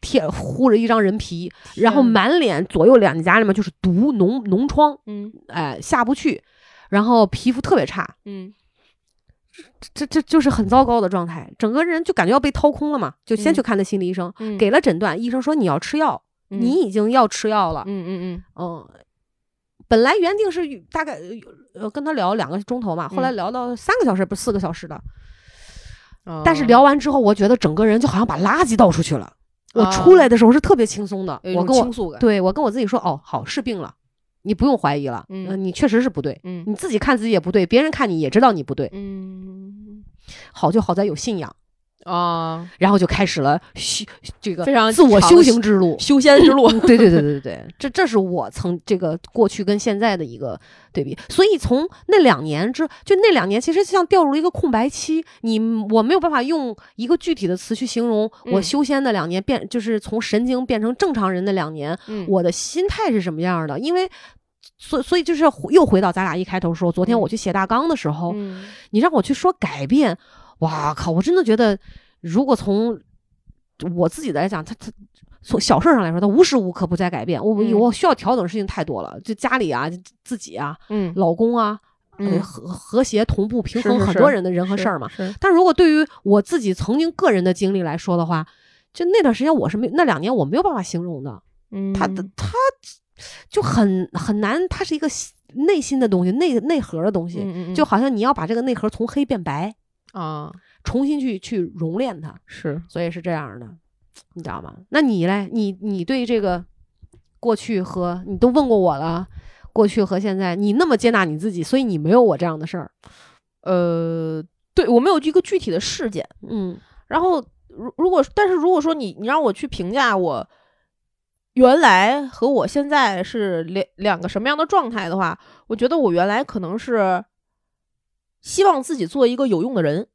B: 贴糊着一张人皮，然后
A: 天
B: 满脸左右两颊里面就是毒脓脓疮，
A: 嗯
B: 哎、下不去，然后皮肤特别差，
A: 嗯
B: 这这就是很糟糕的状态，整个人就感觉要被掏空了嘛，就先
A: 嗯
B: 去看的心理医生，
A: 嗯，
B: 给了诊断，医生说你要吃药，
A: 嗯
B: 你已经要吃药了，
A: 嗯嗯
B: 嗯。本来原定是与大概呃跟他聊两个钟头嘛，后来
A: 嗯哦
B: 聊到三个小时，不是四个小时的。
A: 嗯，
B: 但是
A: 哦
B: 聊完之后，我觉得整个人就好像把垃圾倒出去了。我
A: 啊
B: 出来的时候是特别轻松的，
A: 有一
B: 我
A: 种
B: 跟我
A: 倾诉感，
B: 对我跟我自己说，哦，好是病了，你不用怀疑了，
A: 嗯
B: 呃你确实是不对，
A: 嗯
B: 你自己看自己也不对，别人看你也知道你不对，
A: 嗯
B: 好就好在有信仰，
A: 啊，
B: 然后就开始了修这个
A: 非常
B: 自我
A: 长
B: 修
A: 的
B: 行之路。嗯
A: 修仙之路，
B: 对对对对对对，这这是我曾这个过去跟现在的一个对比，所以从那两年之就那两年，其实像掉入了一个空白期，你我没有办法用一个具体的词去形容我
A: 嗯
B: 修仙的两年变，就是从神经变成正常人的两年，
A: [laughs] 嗯
B: 我的心态是什么样的？因为，所所以就是回又回到咱俩一开头说，昨天我去写大纲的时候，
A: 嗯
B: 你让我去说改变，哇靠！我真的觉得，如果从我自己的来讲，他他从小事儿上来说，他无时无刻不在改变。我、
A: 嗯
B: 我需要调整的事情太多了，就家里啊、自己啊、
A: 嗯
B: 老公啊，呃
A: 嗯
B: 和和谐同步平
A: 是
B: 衡
A: 是
B: 很
A: 是
B: 多人的人和事儿嘛。
A: 是
B: 但如果对于我自己曾经个人的经历来说的话，就那段时间我是没那两年我没有办法形容的。
A: 嗯
B: 他的他就很很难，它是一个心内心的东西，内内核的东西，
A: 嗯嗯
B: 就好像你要把这个内核从黑变白，
A: 啊
B: 重新去去熔炼它，
A: 是
B: 所以是这样的，你知道吗？那你嘞，你你对这个过去和你都问过我了，过去和现在，你那么接纳你自己，所以你没有我这样的事儿，
A: 呃，对我没有一个具体的事件，
B: [laughs] 嗯
A: 然后如如果但是如果说你你让我去评价我。原来和我现在是两两个什么样的状态的话，我觉得我原来可能是希望自己做一个有用的人，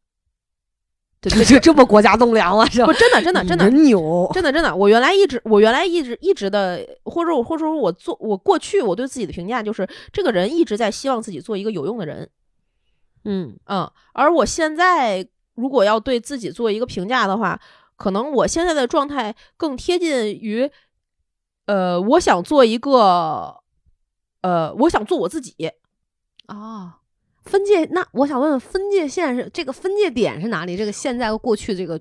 A: 对
B: 这
A: 对
B: 就这么国家栋梁了，是吧
A: 不，？真的，真的，真的，
B: 人牛，
A: 真的，真的，我原来一直，我原来一直一直的，或者或者说我做我过去我对自己的评价就是，这个人一直在希望自己做一个有用的人，
B: 嗯
A: 嗯，而我现在如果要对自己做一个评价的话，可能我现在的状态更贴近于，呃，我想做一个，呃，我想做我自己，
B: 啊。分界，那我想问问，分界线是这个分界点是哪里？这个现在和过去这个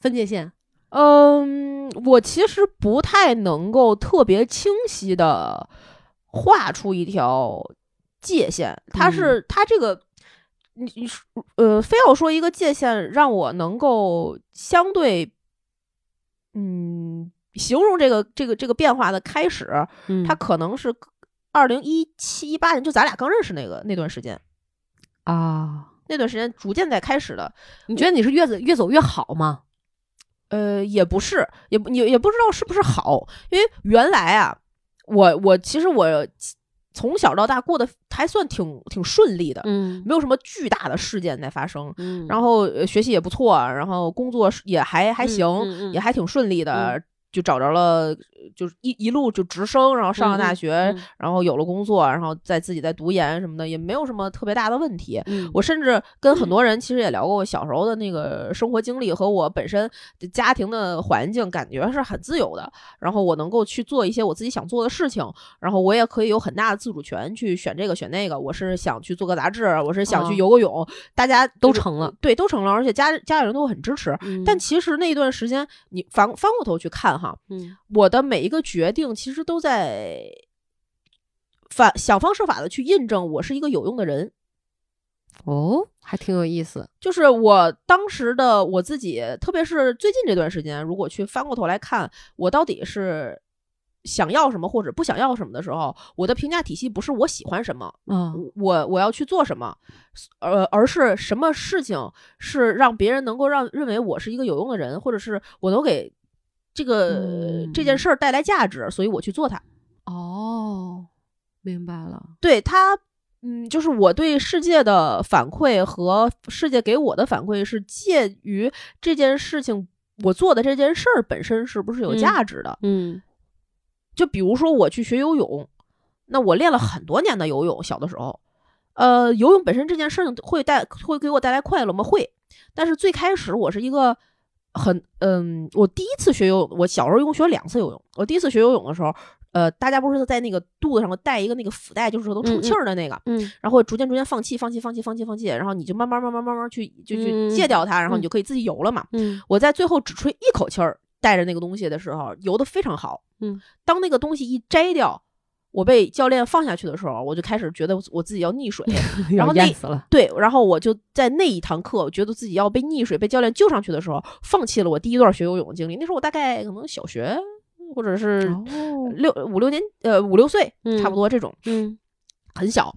B: 分界线，
A: 嗯，我其实不太能够特别清晰的画出一条界限，它是、它这个，你你说呃，非要说一个界限，让我能够相对，嗯，形容这个这个这个变化的开始，
B: 嗯
A: 它可能是二零一七一八年，就咱俩刚认识那个那段时间，
B: 啊，
A: 那段时间逐渐在开始的，
B: 你觉得你是越走越走越好吗？
A: 呃，也不是，也不也也不知道是不是好，因为原来啊，我我其实我从小到大过得还算挺挺顺利的，
B: 嗯
A: 没有什么巨大的事件在发生，
B: 嗯
A: 然后呃学习也不错，然后工作是也还还行，
B: 嗯
A: 也还挺顺利的。就找着了，就是一一路就直升，然后
B: 嗯
A: 上了大学，然后有了工作，然后再自己再读研什么的，也没有什么特别大的问题。
B: 嗯
A: 我甚至跟很多人其实也聊过我小时候的那个生活经历和我本身的家庭的环境，感觉是很自由的。然后我能够去做一些我自己想做的事情，然后我也可以有很大的自主权去选这个选那个。我是想去做个杂志，我是想
B: 哦
A: 去游个泳，大家
B: 都
A: 就是
B: 成了，嗯
A: 对，都成了，而且家家里人都很支持。但其实那一段时间，你翻翻过头去看哈，
B: 嗯
A: 我的每一个决定其实都在反想方设法的去印证我是一个有用的人。
B: 哦，还挺有意思，
A: 就是我当时的我自己，特别是最近这段时间，如果去翻过头来看，我到底是想要什么或者不想要什么的时候，我的评价体系不是我喜欢什么，
B: 嗯
A: 我我我要去做什么，呃，而是什么事情是让别人能够让认为我是一个有用的人，或者是我能给这个、
B: 嗯
A: 这件事儿带来价值，所以我去做它。
B: 哦，明白了，
A: 对他，嗯，就是我对世界的反馈和世界给我的反馈是介于这件事情我做的这件事儿本身是不是有
B: 嗯
A: 价值的。
B: 嗯
A: 就比如说我去学游泳，那我练了很多年的游泳，小的时候，呃，游泳本身这件事情会带会给我带来快乐吗？会，但是最开始我是一个。很嗯，我第一次学游泳，我小时候一共学了两次游泳。我第一次学游泳的时候，呃，大家不是在那个肚子上带一个那个腹带，就是能
B: 嗯
A: 充
B: 嗯
A: 气儿的那个，
B: 嗯
A: 然后逐渐逐渐放弃，放弃，放弃，放弃，放弃，然后你就慢慢慢慢慢慢去就
B: 嗯
A: 去戒掉它，然后
B: 嗯
A: 你就可以自己游了嘛。
B: 嗯 [laughs]
A: 我在最后只吹一口气儿带着那个东西的时候，游得非常好。
B: 嗯，
A: 当那个东西一摘掉，我被教练放下去的时候，我就开始觉得我自己要溺
B: [laughs]
A: 水。然后那
B: 死了，
A: 对，然后我就在那一堂课，我觉得自己要被溺水，被教练救上去的时候，放弃了我第一段学游泳的经历。那时候我大概可能小学或者是
B: 哦，
A: 六五六年呃五六岁
B: 嗯
A: 差不多这种。
B: 嗯
A: 很小。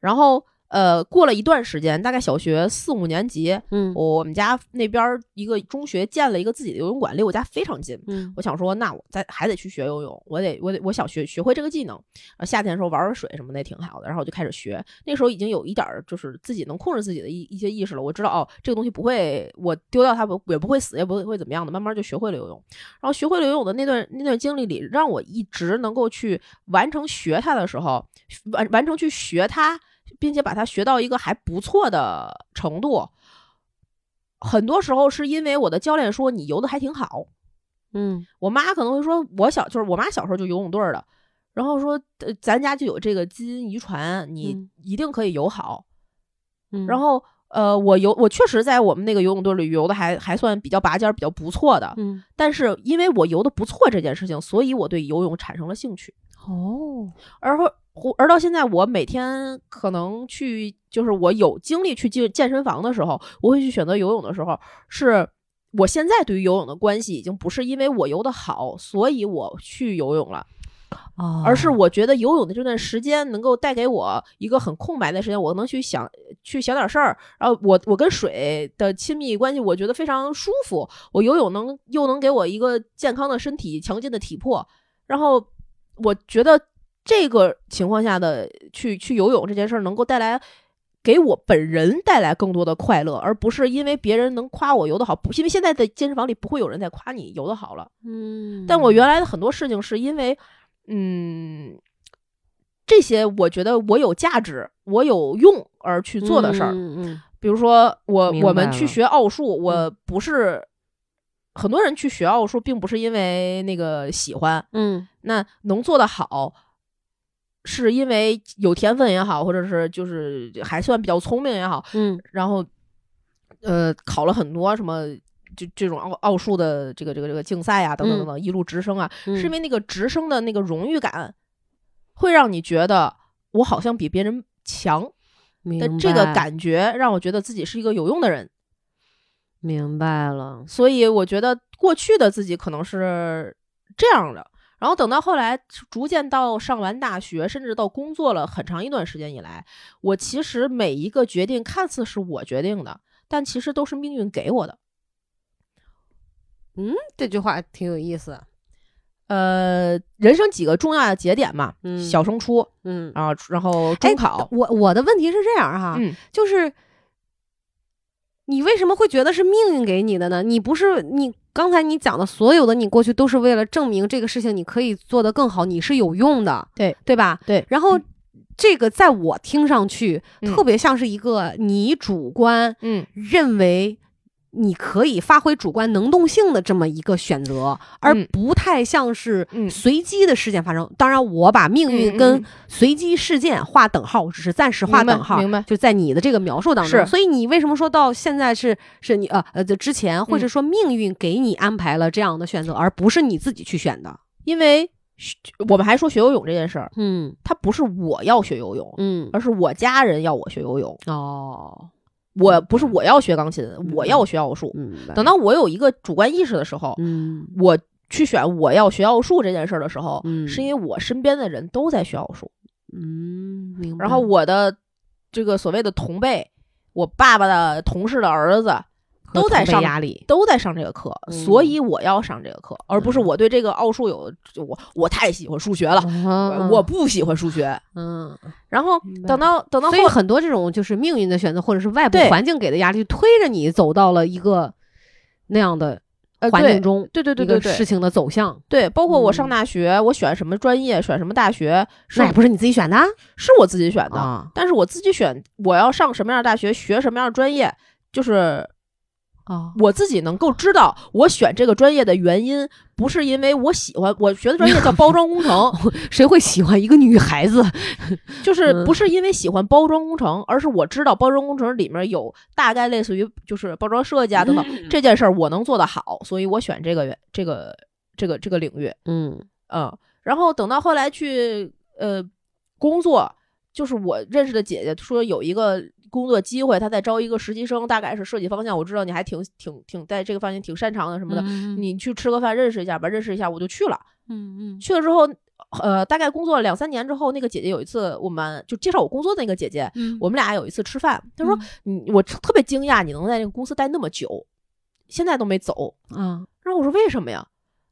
A: 然后呃，过了一段时间，大概小学四五年级，
B: 嗯
A: 我们家那边儿一个中学建了一个自己的游泳馆，离我家非常近。
B: 嗯
A: 我想说，那我再还得去学游泳，我得我得我想学学会这个技能。然后夏天的时候玩玩水什么的也挺好的，然后我就开始学。那时候已经有一点儿就是自己能控制自己的一一些意识了，我知道哦，这个东西不会，我丢掉它不也不会死，也不会会怎么样的。慢慢就学会了游泳。然后学会了游泳的那段那段经历里，让我一直能够去完成学它的时候，完完成去学它，并且把它学到一个还不错的程度。很多时候是因为我的教练说你游的还挺好，
B: 嗯
A: 我妈可能会说，我小就是我妈小时候就游泳队儿的，然后说，呃，咱家就有这个基因遗传，你
B: 嗯
A: 一定可以游好。
B: 嗯，
A: 然后，呃，我游我确实在我们那个游泳队里游的还还算比较拔尖儿，比较不错的。
B: 嗯
A: 但是因为我游的不错这件事情，所以我对游泳产生了兴趣。
B: 哦，
A: 而后而到现在，我每天可能去，就是我有精力去健健身房的时候，我会去选择游泳的时候，是我现在对于游泳的关系已经不是因为我游的好，所以我去游泳了，
B: 哦
A: 而是我觉得游泳的这段时间能够带给我一个很空白的时间，我能去想去想点事儿，然后我我跟水的亲密关系，我觉得非常舒服，我游泳能又能给我一个健康的身体、强劲的体魄，然后我觉得这个情况下的去去游泳这件事儿能够带来。给我本人带来更多的快乐，而不是因为别人能夸我游得好，不，因为现在在健身房里不会有人再夸你游得好了。
B: 嗯，
A: 但我原来的很多事情是因为，嗯，这些我觉得我有价值，我有用而去做的事儿。
B: 嗯嗯
A: 比如说我
B: 明白
A: 我们去
B: 了嗯
A: 学奥数，我不是、很多人去学奥数，并不是因为那个喜欢，
B: 嗯
A: 那能做得好，是因为有天分也好，或者是就是还算比较聪明也好，
B: 嗯
A: 然后呃考了很多什么。就这种奥奥数的这个这个这个竞赛啊，等等等等，一路直升啊，
B: 嗯，
A: 是因为那个直升的那个荣誉感，会让你觉得我好像比别人强
B: 明
A: 的这个
B: 白
A: 感觉，让我觉得自己是一个有用的人。
B: 明白了，
A: 所以我觉得过去的自己可能是这样的。然后等到后来，逐渐到上完大学，甚至到工作了很长一段时间以来，我其实每一个决定看似是我决定的，但其实都是命运给我的。
B: 这句话挺有意思。
A: 呃，人生几个重要的节点嘛，
B: 嗯
A: 小升初，
B: 嗯，
A: 然后然后
B: 哎
A: 中考，
B: 我我的问题是这样哈，
A: 嗯，
B: 就是你为什么会觉得是命运给你的呢？你不是你刚才你讲的所有的，你过去都是为了证明这个事情你可以做得更好，你是有用的，
A: 对
B: 对吧？
A: 对
B: 然后这个在我听上去、
A: 嗯
B: 特别像是一个你主观
A: 嗯，
B: 认为。你可以发挥主观能动性的这么一个选择，而
A: 嗯
B: 不太像是
A: 嗯
B: 随机的事件发生。当然，我把命
A: 嗯嗯嗯
B: 运跟随机事件划等号，我只是暂时划
A: 明白
B: 等号，
A: 明白
B: 就在你的这个描述当中。
A: 是
B: 所以你为什么说到现在是是你呃呃就之前，或
A: 嗯
B: 者说命运给你安排了这样的选择，而不是你自己去选的？
A: 因为学我们还说学游泳这件事儿，
B: 嗯
A: 它不是我要学游泳，
B: 嗯
A: 而是我家人要我学游泳。
B: 哦，
A: 我不是我要学钢琴，我要学奥数。
B: 嗯，
A: 等到我有一个主观意识的时候，
B: 嗯
A: 我去选我要学奥数这件事儿的时候，
B: 嗯
A: 是因为我身边的人都在学奥数，
B: 嗯明白。
A: 然后我的这个所谓的同辈，我爸爸的同事的儿子
B: 和
A: 都在
B: 同辈
A: 上
B: 压力，
A: 都在上这个课，
B: 嗯
A: 所以我要上这个课，而不是我对这个奥数有就我我太喜欢数学了，
B: 嗯
A: 我我不喜欢数学。
B: 嗯，
A: 然后
B: 明白
A: 等到等到
B: 所以
A: 后
B: 很多这种就是命运的选择，或者是外部
A: 对
B: 环境给的压力，推着你走到了一个那样的
A: 呃
B: 环境中，
A: 对对对
B: 一个
A: 对对
B: 事
A: 对
B: 情的走向，
A: 对，包括我上
B: 嗯
A: 大学，我选什么专业，选什么大学，是
B: 那也不是你自己选的啊
A: 是我自己选的。
B: 啊
A: 但是我自己选我要上什么样的大学，学什么样的专业，就是
B: 啊！
A: 我自己能够知道我选这个专业的原因，不是因为我喜欢我学的专业叫包装工
B: [laughs]
A: 程，
B: [laughs] 谁会喜欢一个女孩子？嗯
A: 就是不是因为喜欢包装工程，而是我知道包装工程里面有大概类似于就是包装设计啊等等、
B: 嗯
A: 这件事儿我能做得好，所以我选这个这个这个这个领域，
B: 嗯
A: 嗯，然后等到后来去呃工作，就是我认识的姐姐说有一个工作机会，她在招一个实习生，大概是设计方向。我知道你还挺挺挺在这个方面挺擅长的什么的，
B: 嗯
A: 你去吃个饭认识一下吧，认识一下我就去了。
B: 嗯
A: 去了之后，呃，大概工作了两三年之后，那个姐姐有一次我们就介绍我工作的那个姐姐，
B: 嗯
A: 我们俩有一次吃饭，她说
B: 嗯
A: 你我特别惊讶你能在那个公司待那么久，现在都没走。
B: 啊
A: 然后我说为什么呀？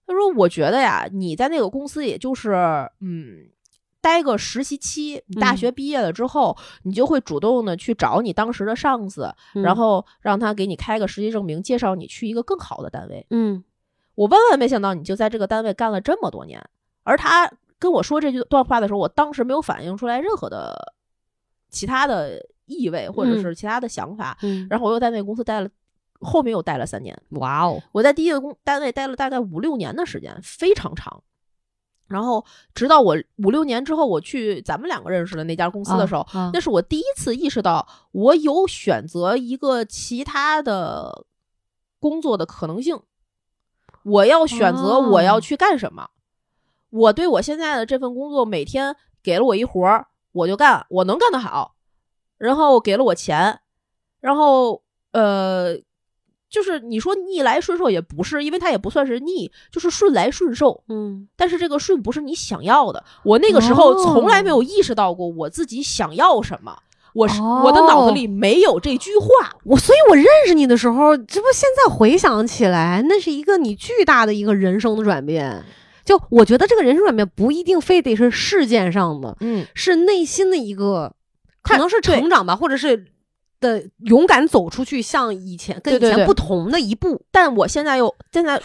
A: 他说我觉得呀，你在那个公司也就是嗯。待个实习期，你大
B: 嗯
A: 学毕业了之后，你就会主动的去找你当时的上司，
B: 嗯
A: 然后让他给你开个实习证明，介绍你去一个更好的单位。
B: 嗯
A: 我万万没想到，你就在这个单位干了这么多年。而他跟我说这句段话的时候，我当时没有反映出来任何的其他的意味，或者
B: 嗯
A: 是其他的想法。
B: 嗯，
A: 然后我又在那个公司待了，后面又待了三年。
B: 哇哦，
A: 我在第一个工单位待了大概五六年的时间，非常长。然后直到我五六年之后，我去咱们两个认识的那家公司的时候，
B: 啊
A: 那是我第一次意识到我有选择一个其他的工作的可能性。我要选择
B: 哦
A: 我要去干什么。我对我现在的这份工作，每天给了我一活儿，我就干，我能干得好。然后给了我钱，然后呃，就是你说逆来顺受也不是，因为它也不算是逆，就是顺来顺受。
B: 嗯
A: 但是这个顺不是你想要的。我那个时候
B: 哦
A: 从来没有意识到过我自己想要什么，我是、
B: 哦
A: 我的脑子里没有这句话。
B: 我所以，我认识你的时候，这不现在回想起来，那是一个你巨大的一个人生的转变。就我觉得这个人生转变不一定非得是事件上的，
A: 嗯
B: 是内心的一个可能是成长吧，或者是的勇敢走出去，向以前跟
A: 对
B: 以
A: 对
B: 前
A: 对
B: 不同的一步。
A: 但我现在又现
B: [laughs]
A: 在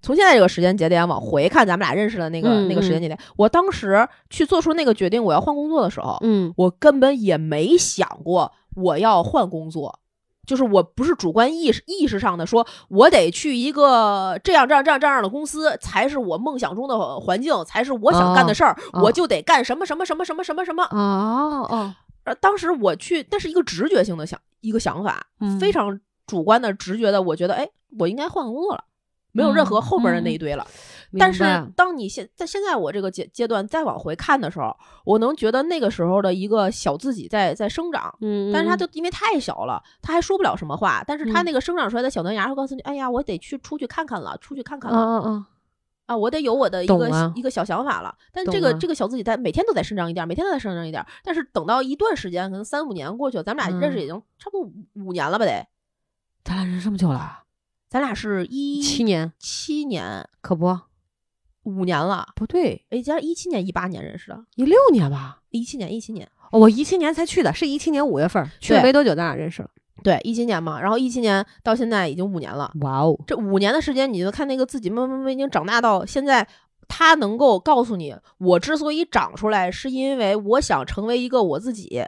A: 从现在这个时间节点往回看，咱们俩认识的那个、
B: 嗯
A: 那个时间节点，我当时去做出那个决定，我要换工作的时候，
B: 嗯
A: 我根本也没想过我要换工作，就是我不是主观意识意识上的说，我得去一个这样这样这样这样的公司才是我梦想中的环境，才是我想干的事儿，
B: 哦
A: 我就得干什么什么什么什么什么什么。
B: 哦哦，
A: 而当时我去，那是一个直觉性的想一个想法，
B: 嗯
A: 非常主观的直觉的，我觉得哎，我应该换个工作了。没有任
B: 嗯
A: 何后面的那一堆了，但是
B: 明白
A: 当你现在现在我这个阶阶段再往回看的时候，我能觉得那个时候的一个小自己在在生长，
B: 嗯，
A: 但是他
B: 嗯
A: 就因为太小了，他还说不了什么话。但是他
B: 嗯
A: 那个生长出来的小嫩芽会告诉你：“哎呀，我得去出去看看了，出去看看
B: 啊
A: 了
B: 啊啊，
A: 啊，我得有我的一
B: 懂
A: 个
B: 啊
A: 一个小想法了。”但
B: 懂
A: 这个
B: 啊
A: 这个小自己在每天都在生长一点儿，每天都在生长一点儿。但是等到一段时间，可能三五年过去了，咱们俩认识
B: 嗯
A: 已经差不多五五年了吧？得，
B: 咱俩认识这么久了，
A: 咱俩是一
B: 七年，
A: 七年
B: 可不
A: 五年了，
B: 不对，
A: 哎，咱一七年一八年认识的，
B: 一六年吧。
A: 一七年一七年
B: 哦我一七年才去的，是一七年五月份儿去了
A: 对
B: 没多久，咱俩认识了。
A: 对一七年嘛，然后一七年到现在已经五年了。
B: 哇哦，
A: 这五年的时间，你就看那个自己慢慢慢慢已经长大到现在，他能够告诉你，我之所以长出来，是因为我想成为一个我自己。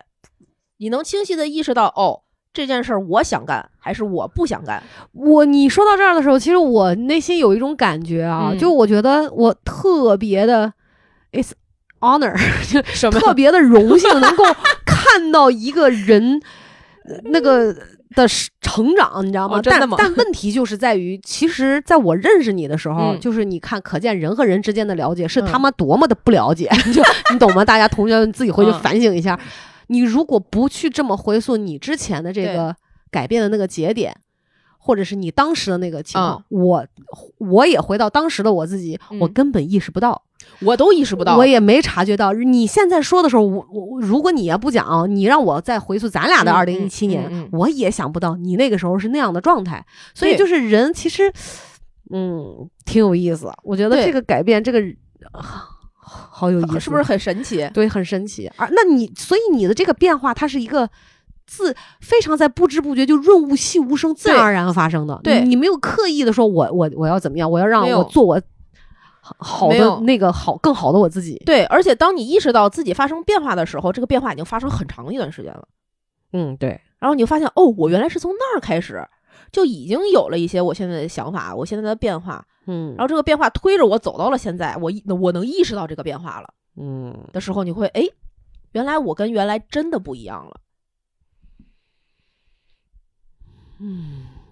A: 你能清晰的意识到，哦，这件事儿我想干，还是我不想干？
B: 我你说到这儿的时候，其实我内心有一种感觉啊，
A: 嗯
B: 就我觉得我特别的，it's honor，就
A: 什
B: 特别的荣幸能够 [laughs] 看到一个人呃那个的是成长，你知道吗？
A: 哦真的吗
B: 但但问题就是在于，其实在我认识你的时候，
A: 嗯
B: 就是你看，可见人和人之间的了解是
A: 嗯
B: 他妈多么的不了解， [laughs] 就你懂吗？大家同学们自己回去
A: 嗯
B: 反省一下，你如果不去这么回溯你之前的这
A: 对
B: 个改变的那个节点。或者是你当时的那个情况
A: 嗯，
B: 我我也回到当时的我自己，我
A: 嗯
B: 根本意识不到，
A: 我都意识不到。
B: 我也没察觉到。你现在说的时候，我我我如果你要不讲啊，你让我再回溯咱俩的
A: 嗯
B: 二零一七
A: 嗯
B: 年，
A: 嗯嗯
B: 我也想不到你那个时候是那样的状态。所以就是人其实，嗯，挺有意思。我觉得
A: 对
B: 这个改变，这个啊好有意思，
A: 是不是很神奇？
B: 对，很神奇啊！那你所以你的这个变化，它是一个自非常在不知不觉就润物细无声、自然
A: 对
B: 而然发生的。
A: 对
B: 你你没有刻意的说我我我要怎么样，我要让
A: 没
B: 我
A: 有
B: 做我好好
A: 没
B: 的
A: 有
B: 那个好更好的我自己。
A: 对，而且当你意识到自己发生变化的时候，这个变化已经发生很长一段时间了。
B: 嗯，对，
A: 然后你就发现，哦，我原来是从那儿开始，就已经有了一些我现在的想法，我现在的变化。
B: 嗯
A: 然后这个变化推着我走到了现在，我意我能意识到这个变化了
B: 嗯，
A: 的时候，你会哎，原来我跟原来真的不一样了。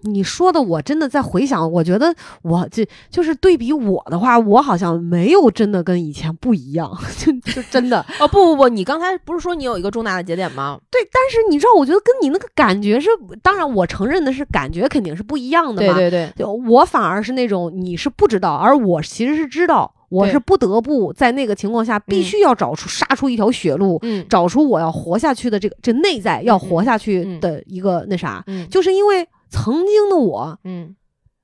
B: 你说的我真的在回想，我觉得我这就是对比我的话，我好像没有真的跟以前不一样， [laughs] 就就真的。
A: 哦不不不，你刚才不是说你有一个重大的节点吗？
B: [laughs] 对，但是你知道，我觉得跟你那个感觉是，当然我承认的是感觉肯定是不一样的嘛。
A: 对，
B: 就我反而是那种你是不知道，而我其实是知道，我
A: 对
B: 是不得不在那个情况下必须要找出、杀出一条血路，
A: 嗯
B: 找出我要活下去的这个这内在要活下去
A: 嗯
B: 的一个那啥，
A: 嗯
B: 就是因为曾经的我。
A: 嗯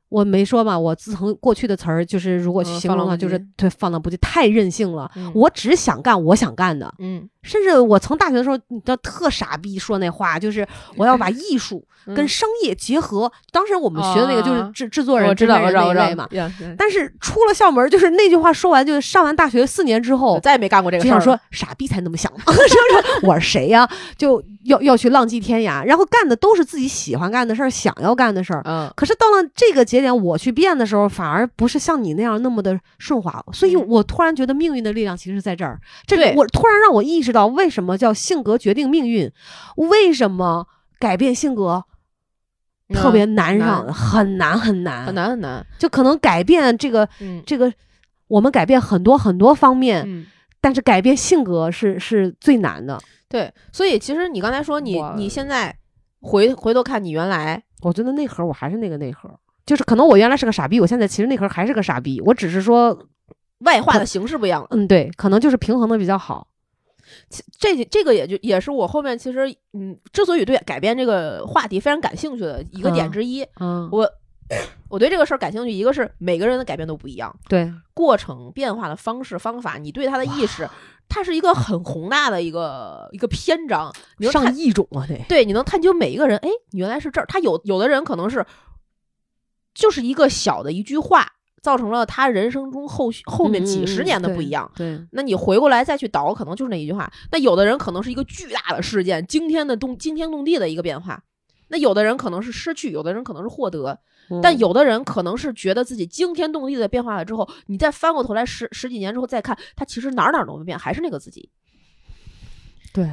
B: 我没说嘛，我自从过去的词儿就是，如果去
A: 嗯
B: 形容的
A: 放
B: 话，
A: 荡
B: 就
A: 不
B: 是
A: 羁
B: 对放荡不羁，太任性了。
A: 嗯
B: 我只想干我想干的，
A: 嗯
B: 甚至我从大学的时候，你知道特傻逼说那话，就是我要把
A: [laughs]
B: 艺术
A: 嗯
B: 跟商业结合。当时我们学的那个就是
A: 啊
B: 制制作人、制片人那一类嘛。
A: 呀
B: 但是出了校门，就是那句话说完，就是上完大学四年之
A: 我
B: 后，
A: 再也没干过这个
B: 就
A: 事儿
B: 想
A: 了。
B: 说傻逼才那么想嘛， [laughs] 就是说我是谁呀、就要要去浪迹天涯，然后干的都是自己喜欢干的事儿，想要干的事儿。
A: 嗯，
B: 可是到了这个节点，我去变的时候，反而不是像你那样那么的顺滑，所以
A: 嗯
B: 我突然觉得命运的力量其实在这儿。这个
A: 对
B: 我突然让我意识到，为什么叫性格决定命运，为什么改变性格
A: 嗯
B: 特别难
A: 难
B: 上，很难很难
A: 很，难很难。
B: 就可能改变这个
A: 嗯
B: 这个，我们改变很多很多方面，
A: 嗯。
B: 但是改变性格是是最难的。
A: 对，所以其实你刚才说你
B: 我
A: 你现在回回头看你原来，
B: 我觉得内核我还是那个内核，就是可能我原来是个傻逼，我现在其实内核还是个傻逼，我只是说
A: 外化的形式不一样了。
B: 嗯，对，可能就是平衡的比较好。
A: 其这这个也就也是我后面其实嗯，之所以对改变这个话题非常感兴趣的一个点
B: 嗯
A: 之一。
B: 嗯
A: 我我对这个事儿感兴趣，一个是每个人的改变都不一样，
B: 对，
A: 过程变化的方式方法，你对它的意识，它是一个很宏大的一个一个篇章，你能
B: 上
A: 探
B: 亿种啊，得
A: 对，你能探究每一个人，哎，你原来是这儿。他有有的人可能是就是一个小的一句话，造成了他人生中后续后面几十年的不一样。，
B: 对，
A: 那你回过来再去倒，可能就是那一句话。那有的人可能是一个巨大的事件，惊天的动惊天动地的一个变化。那有的人可能是失去，有的人可能是获得，
B: 嗯
A: 但有的人可能是觉得自己惊天动地的变化了之后，你再翻过头来十十几年之后再看，他其实哪儿哪儿都没变，还是那个自己。
B: 对，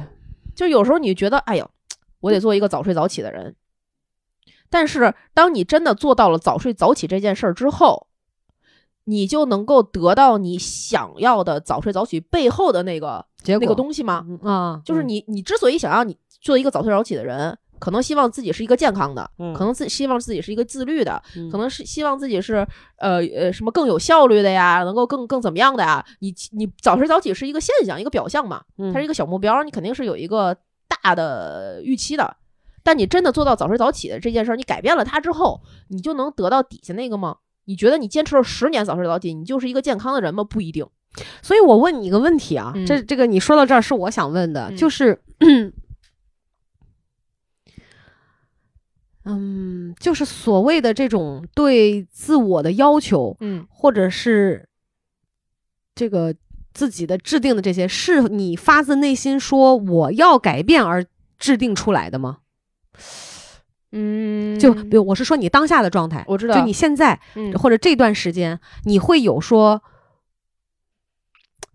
A: 就有时候你觉得，哎呦，我得做一个早睡早起的人。但是，当你真的做到了早睡早起这件事儿之后，你就能够得到你想要的早睡早起背后的那个
B: 结
A: 那
B: 果
A: 个东西吗？
B: 嗯啊，
A: 就是
B: 嗯
A: 你，你之所以想要你做一个早睡早起的人，可能希望自己是一个健康的，
B: 嗯
A: 可能自希望自己是一个自律的，
B: 嗯
A: 可能是希望自己是呃呃什么更有效率的呀，能够更更怎么样的呀？你你早睡早起是一个现象，一个表象嘛，
B: 嗯
A: 它是一个小目标，你肯定是有一个大的预期的。但你真的做到早睡早起的这件事儿，你改变了它之后，你就能得到底下那个吗？你觉得你坚持了十年早睡早起，你就是一个健康的人吗？不一定。
B: 所以我问你一个问题啊，
A: 嗯
B: 这这个你说到这儿是我想问的，
A: 嗯
B: 就是，嗯，就是所谓的这种对自我的要求，
A: 嗯
B: 或者是这个自己的制定的这些，是你发自内心说我要改变而制定出来的吗？
A: 嗯
B: 就比如我是说你当下的状态，
A: 我知道
B: 就你现在
A: 嗯
B: 或者这段时间，你会有说，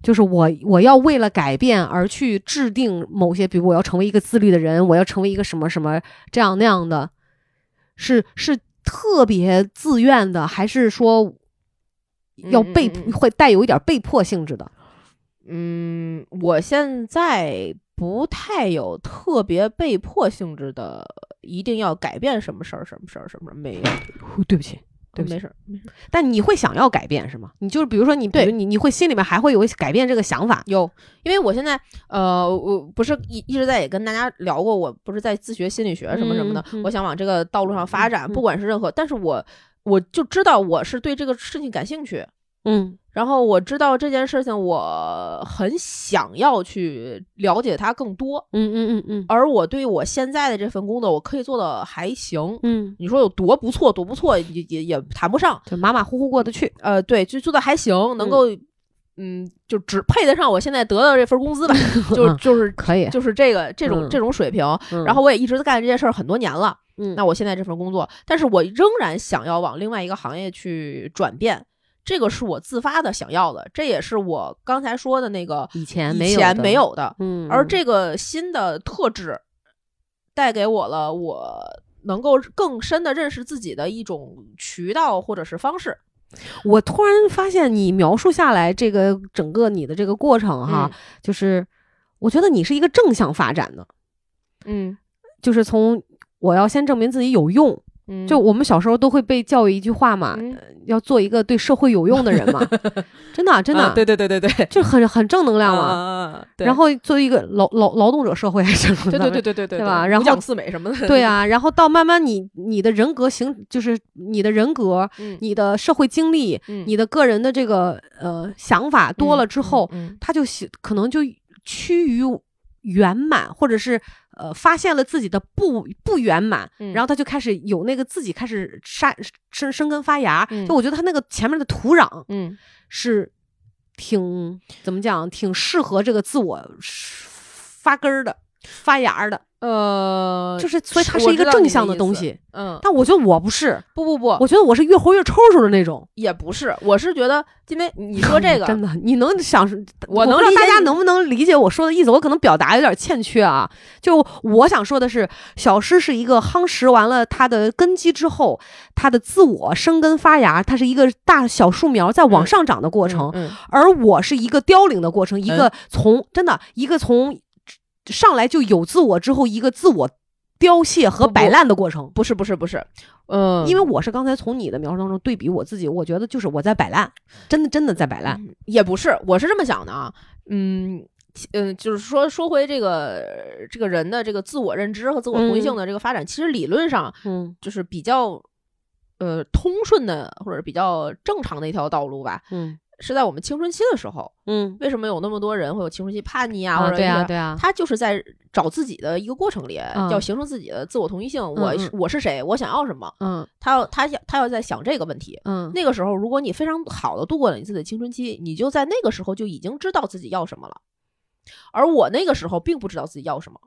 B: 就是我我要为了改变而去制定某些，比如我要成为一个自律的人，我要成为一个什么什么这样那样的，是是特别自愿的，还是说要
A: 嗯嗯
B: 被、
A: 嗯
B: 会带有一点被迫性质的？
A: 嗯，我现在不太有特别被迫性质的，一定要改变什么事儿，什么事儿，什么事儿没有，
B: 哦对不起。对不起
A: 没事儿，没事儿
B: 但你会想要改变是吗？你就是比如说你，比
A: 对
B: 如你，你会心里面还会有改变这个想法，
A: 有，因为我现在呃，我不是一一直在也跟大家聊过，我不是在自学心理学什么什么的，
B: 嗯嗯
A: 我想往这个道路上发展，
B: 嗯嗯
A: 不管是任何，但是我我就知道我是对这个事情感兴趣，
B: 嗯，
A: 然后我知道这件事情我很想要去了解它更多，
B: 嗯嗯嗯嗯
A: 而我对我现在的这份工作，我可以做的还行。
B: 嗯，
A: 你说有多不错，多不错，也也也谈不上。
B: 就马马虎虎过得去。
A: 呃，对，就做的还行，能
B: 嗯
A: 够，嗯就只配得上我现在得到这份工资
B: [laughs]
A: 吧，就
B: 嗯
A: 就是
B: 可以，
A: 就是这个这种、
B: 嗯
A: 这种水平。
B: 嗯
A: 然后我也一直在干这件事儿很多年了。
B: 嗯
A: 那我现在这份工作，但是我仍然想要往另外一个行业去转变，这个是我自发的想要的，这也是我刚才说的那个
B: 以前没
A: 以
B: 有
A: 前
B: 的
A: 没，有的。
B: 嗯，
A: 而这个新的特质带给我了我能够更深的认识自己的一种渠道或者是方式。
B: 我突然发现，你描述下来这个整个你的这个过程啊
A: 嗯
B: 哈，就是我觉得你是一个正向发展的，
A: 嗯
B: 就是从我要先证明自己有用，
A: 嗯，
B: 就我们小时候都会被教育一句话嘛，
A: 嗯
B: 呃要做一个对社会有用
A: [laughs]
B: 的人嘛，真的真的，
A: 啊对对对对对，
B: 就很很正能量嘛。
A: 啊，对
B: 然后作为一个劳劳劳动者社会还是什么
A: 对
B: 的，
A: 对对对对对
B: 对吧然
A: 五
B: 后
A: 讲四美什么的，
B: 对啊，然后到慢慢你你的人格形，就是你的人格、
A: 嗯，
B: 你的社会经历，
A: 嗯
B: 你的个人的这个呃想法多了之后，
A: 嗯嗯
B: 他就喜可能就趋于圆满，或者是呃发现了自己的不不圆满，
A: 嗯
B: 然后他就开始有那个自己开始沙生生根发芽。
A: 嗯
B: 就我觉得他那个前面的土壤
A: 嗯
B: 是挺怎么讲，挺适合这个自我发根儿的。发芽儿的，
A: 呃，
B: 就是所以它
A: 我
B: 是一
A: 知
B: 个
A: 道
B: 正
A: 你
B: 向
A: 的
B: 的
A: 意
B: 东
A: 思哦
B: 西，
A: 嗯，
B: 但我觉得我不是，
A: 不不不，
B: 我觉得我是越活越抽抽的那种。
A: 也不是，我是觉得今天你说这个，
B: 真的，你能想是，
A: 我能
B: 不知道
A: 理解
B: 大家
A: 你
B: 能不能理解我说的意思？我可能表达有点欠缺啊。就我想说的是，小诗是一个夯实完了他的根基之后，他的自我生根发芽，它是一个大小树苗在往
A: 嗯
B: 上涨的过
A: 过
B: 程，
A: 嗯哎
B: 而我是一个凋零的过程，一个从真的一个从上来就有自我之后，一个自我凋谢和
A: 不
B: 摆
A: 不
B: 烂的过程。
A: 不是不是不是，嗯，
B: 因为我是刚才从你的描述当中对比我自己，我觉得就是我在摆烂，真的真的在摆烂。
A: 嗯也不是，我是这么想的啊，嗯。其嗯，就是说说回这个这个人的这个自我认知和自我同一性的这个发展，其实理论上
B: 嗯
A: 就是比较呃通顺的或者比较正常的一条道路吧，
B: 嗯
A: 是在我们青春期的时候。
B: 嗯
A: 为什么有那么多人会有青春期叛逆啊？或
B: 啊，
A: 者
B: 对
A: 一
B: 啊
A: 些
B: 对啊，
A: 他就是在找自己的一个过程里，
B: 嗯
A: 要形成自己的自我同一性。我
B: 嗯
A: 是我是谁？我想要什么？
B: 嗯
A: 他要他想他要在想这个问题。
B: 嗯
A: 那个时候，如果你非常好的度过了你自己的青春期，你就在那个时候就已经知道自己要什么了。而我那个时候并不知道自己要什么，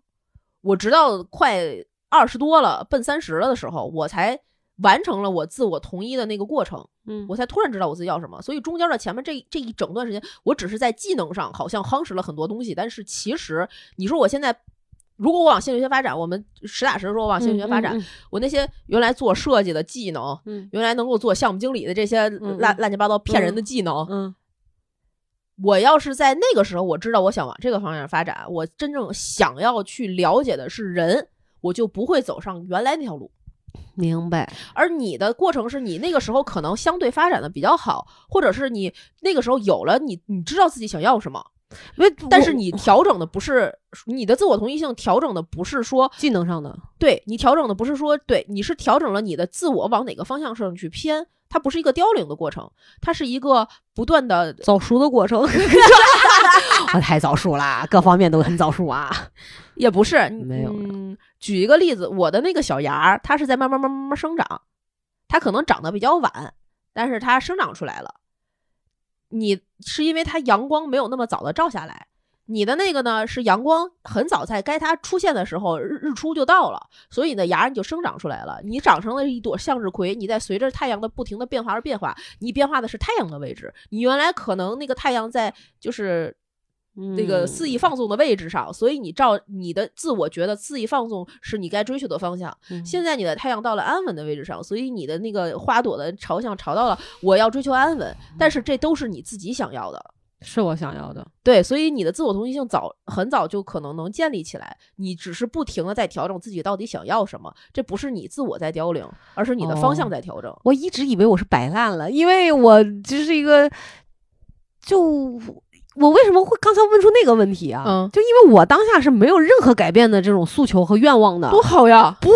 A: 我直到快二十多了，奔三十了的时候，我才完成了我自我同一的那个过程。
B: 嗯
A: 我才突然知道我自己要什么。所以中间的前面这这一整段时间，我只是在技能上好像夯实了很多东西，但是其实你说我现在。如果我往心理学发展，我们实打实说，我往心理学发展，，我那些原来做设计的技能，
B: 嗯
A: 原来能够做项目经理的这些
B: 嗯
A: 乱
B: 嗯
A: 乱七八糟骗人的
B: 嗯
A: 技能，
B: 嗯
A: 我要是在那个时候我知道我想往这个方向发展，我真正想要去了解的是人，我就不会走上原来那条路。
B: 明白，
A: 而你的过程是你那个时候可能相对发展的比较好，或者是你那个时候有了你你知道自己想要什么，
B: 因为
A: 但是你调整的不是你的自我同一性调整的不是说
B: 技能上的，
A: 对你调整的不是说对你是调整了你的自我往哪个方向上去偏，它不是一个凋零的过程，它是一个不断的
B: 早熟的过程， [laughs] 我啊太早熟啦，各方面都很早熟啊。
A: 也不是
B: 没有
A: 嗯，举一个例子，我的那个小芽儿，它是在慢慢慢慢慢慢生长，它可能长得比较晚，但是它生长出来了。你是因为它阳光没有那么早的照下来，你的那个呢是阳光很早在该它出现的时候，日日出就到了，所以你的芽儿你就生长出来了。你长成了一朵向日葵，你在随着太阳的不停的变化而变化，你变化的是太阳的位置。你原来可能那个太阳在就是
B: 那
A: 那个肆意放纵的位置上，所以你照你的自我觉得肆意放纵是你该追求的方向。
B: 嗯
A: 现在你的太阳到了安稳的位置上，所以你的那个花朵的朝向朝到了我要追求安稳，但是这都是你自己想要的。
B: 是我想要的，
A: 对，所以你的自我同一性早很早就可能能建立起来，你只是不停的在调整自己到底想要什么，这不是你自我在凋零，而是你的方向在调整。
B: 我一直以为我是摆烂了，因为我就是一个，就我为什么会刚才问出那个问题啊？
A: 嗯
B: 就因为我当下是没有任何改变的这种诉求和愿望的。
A: 好呀！
B: 不，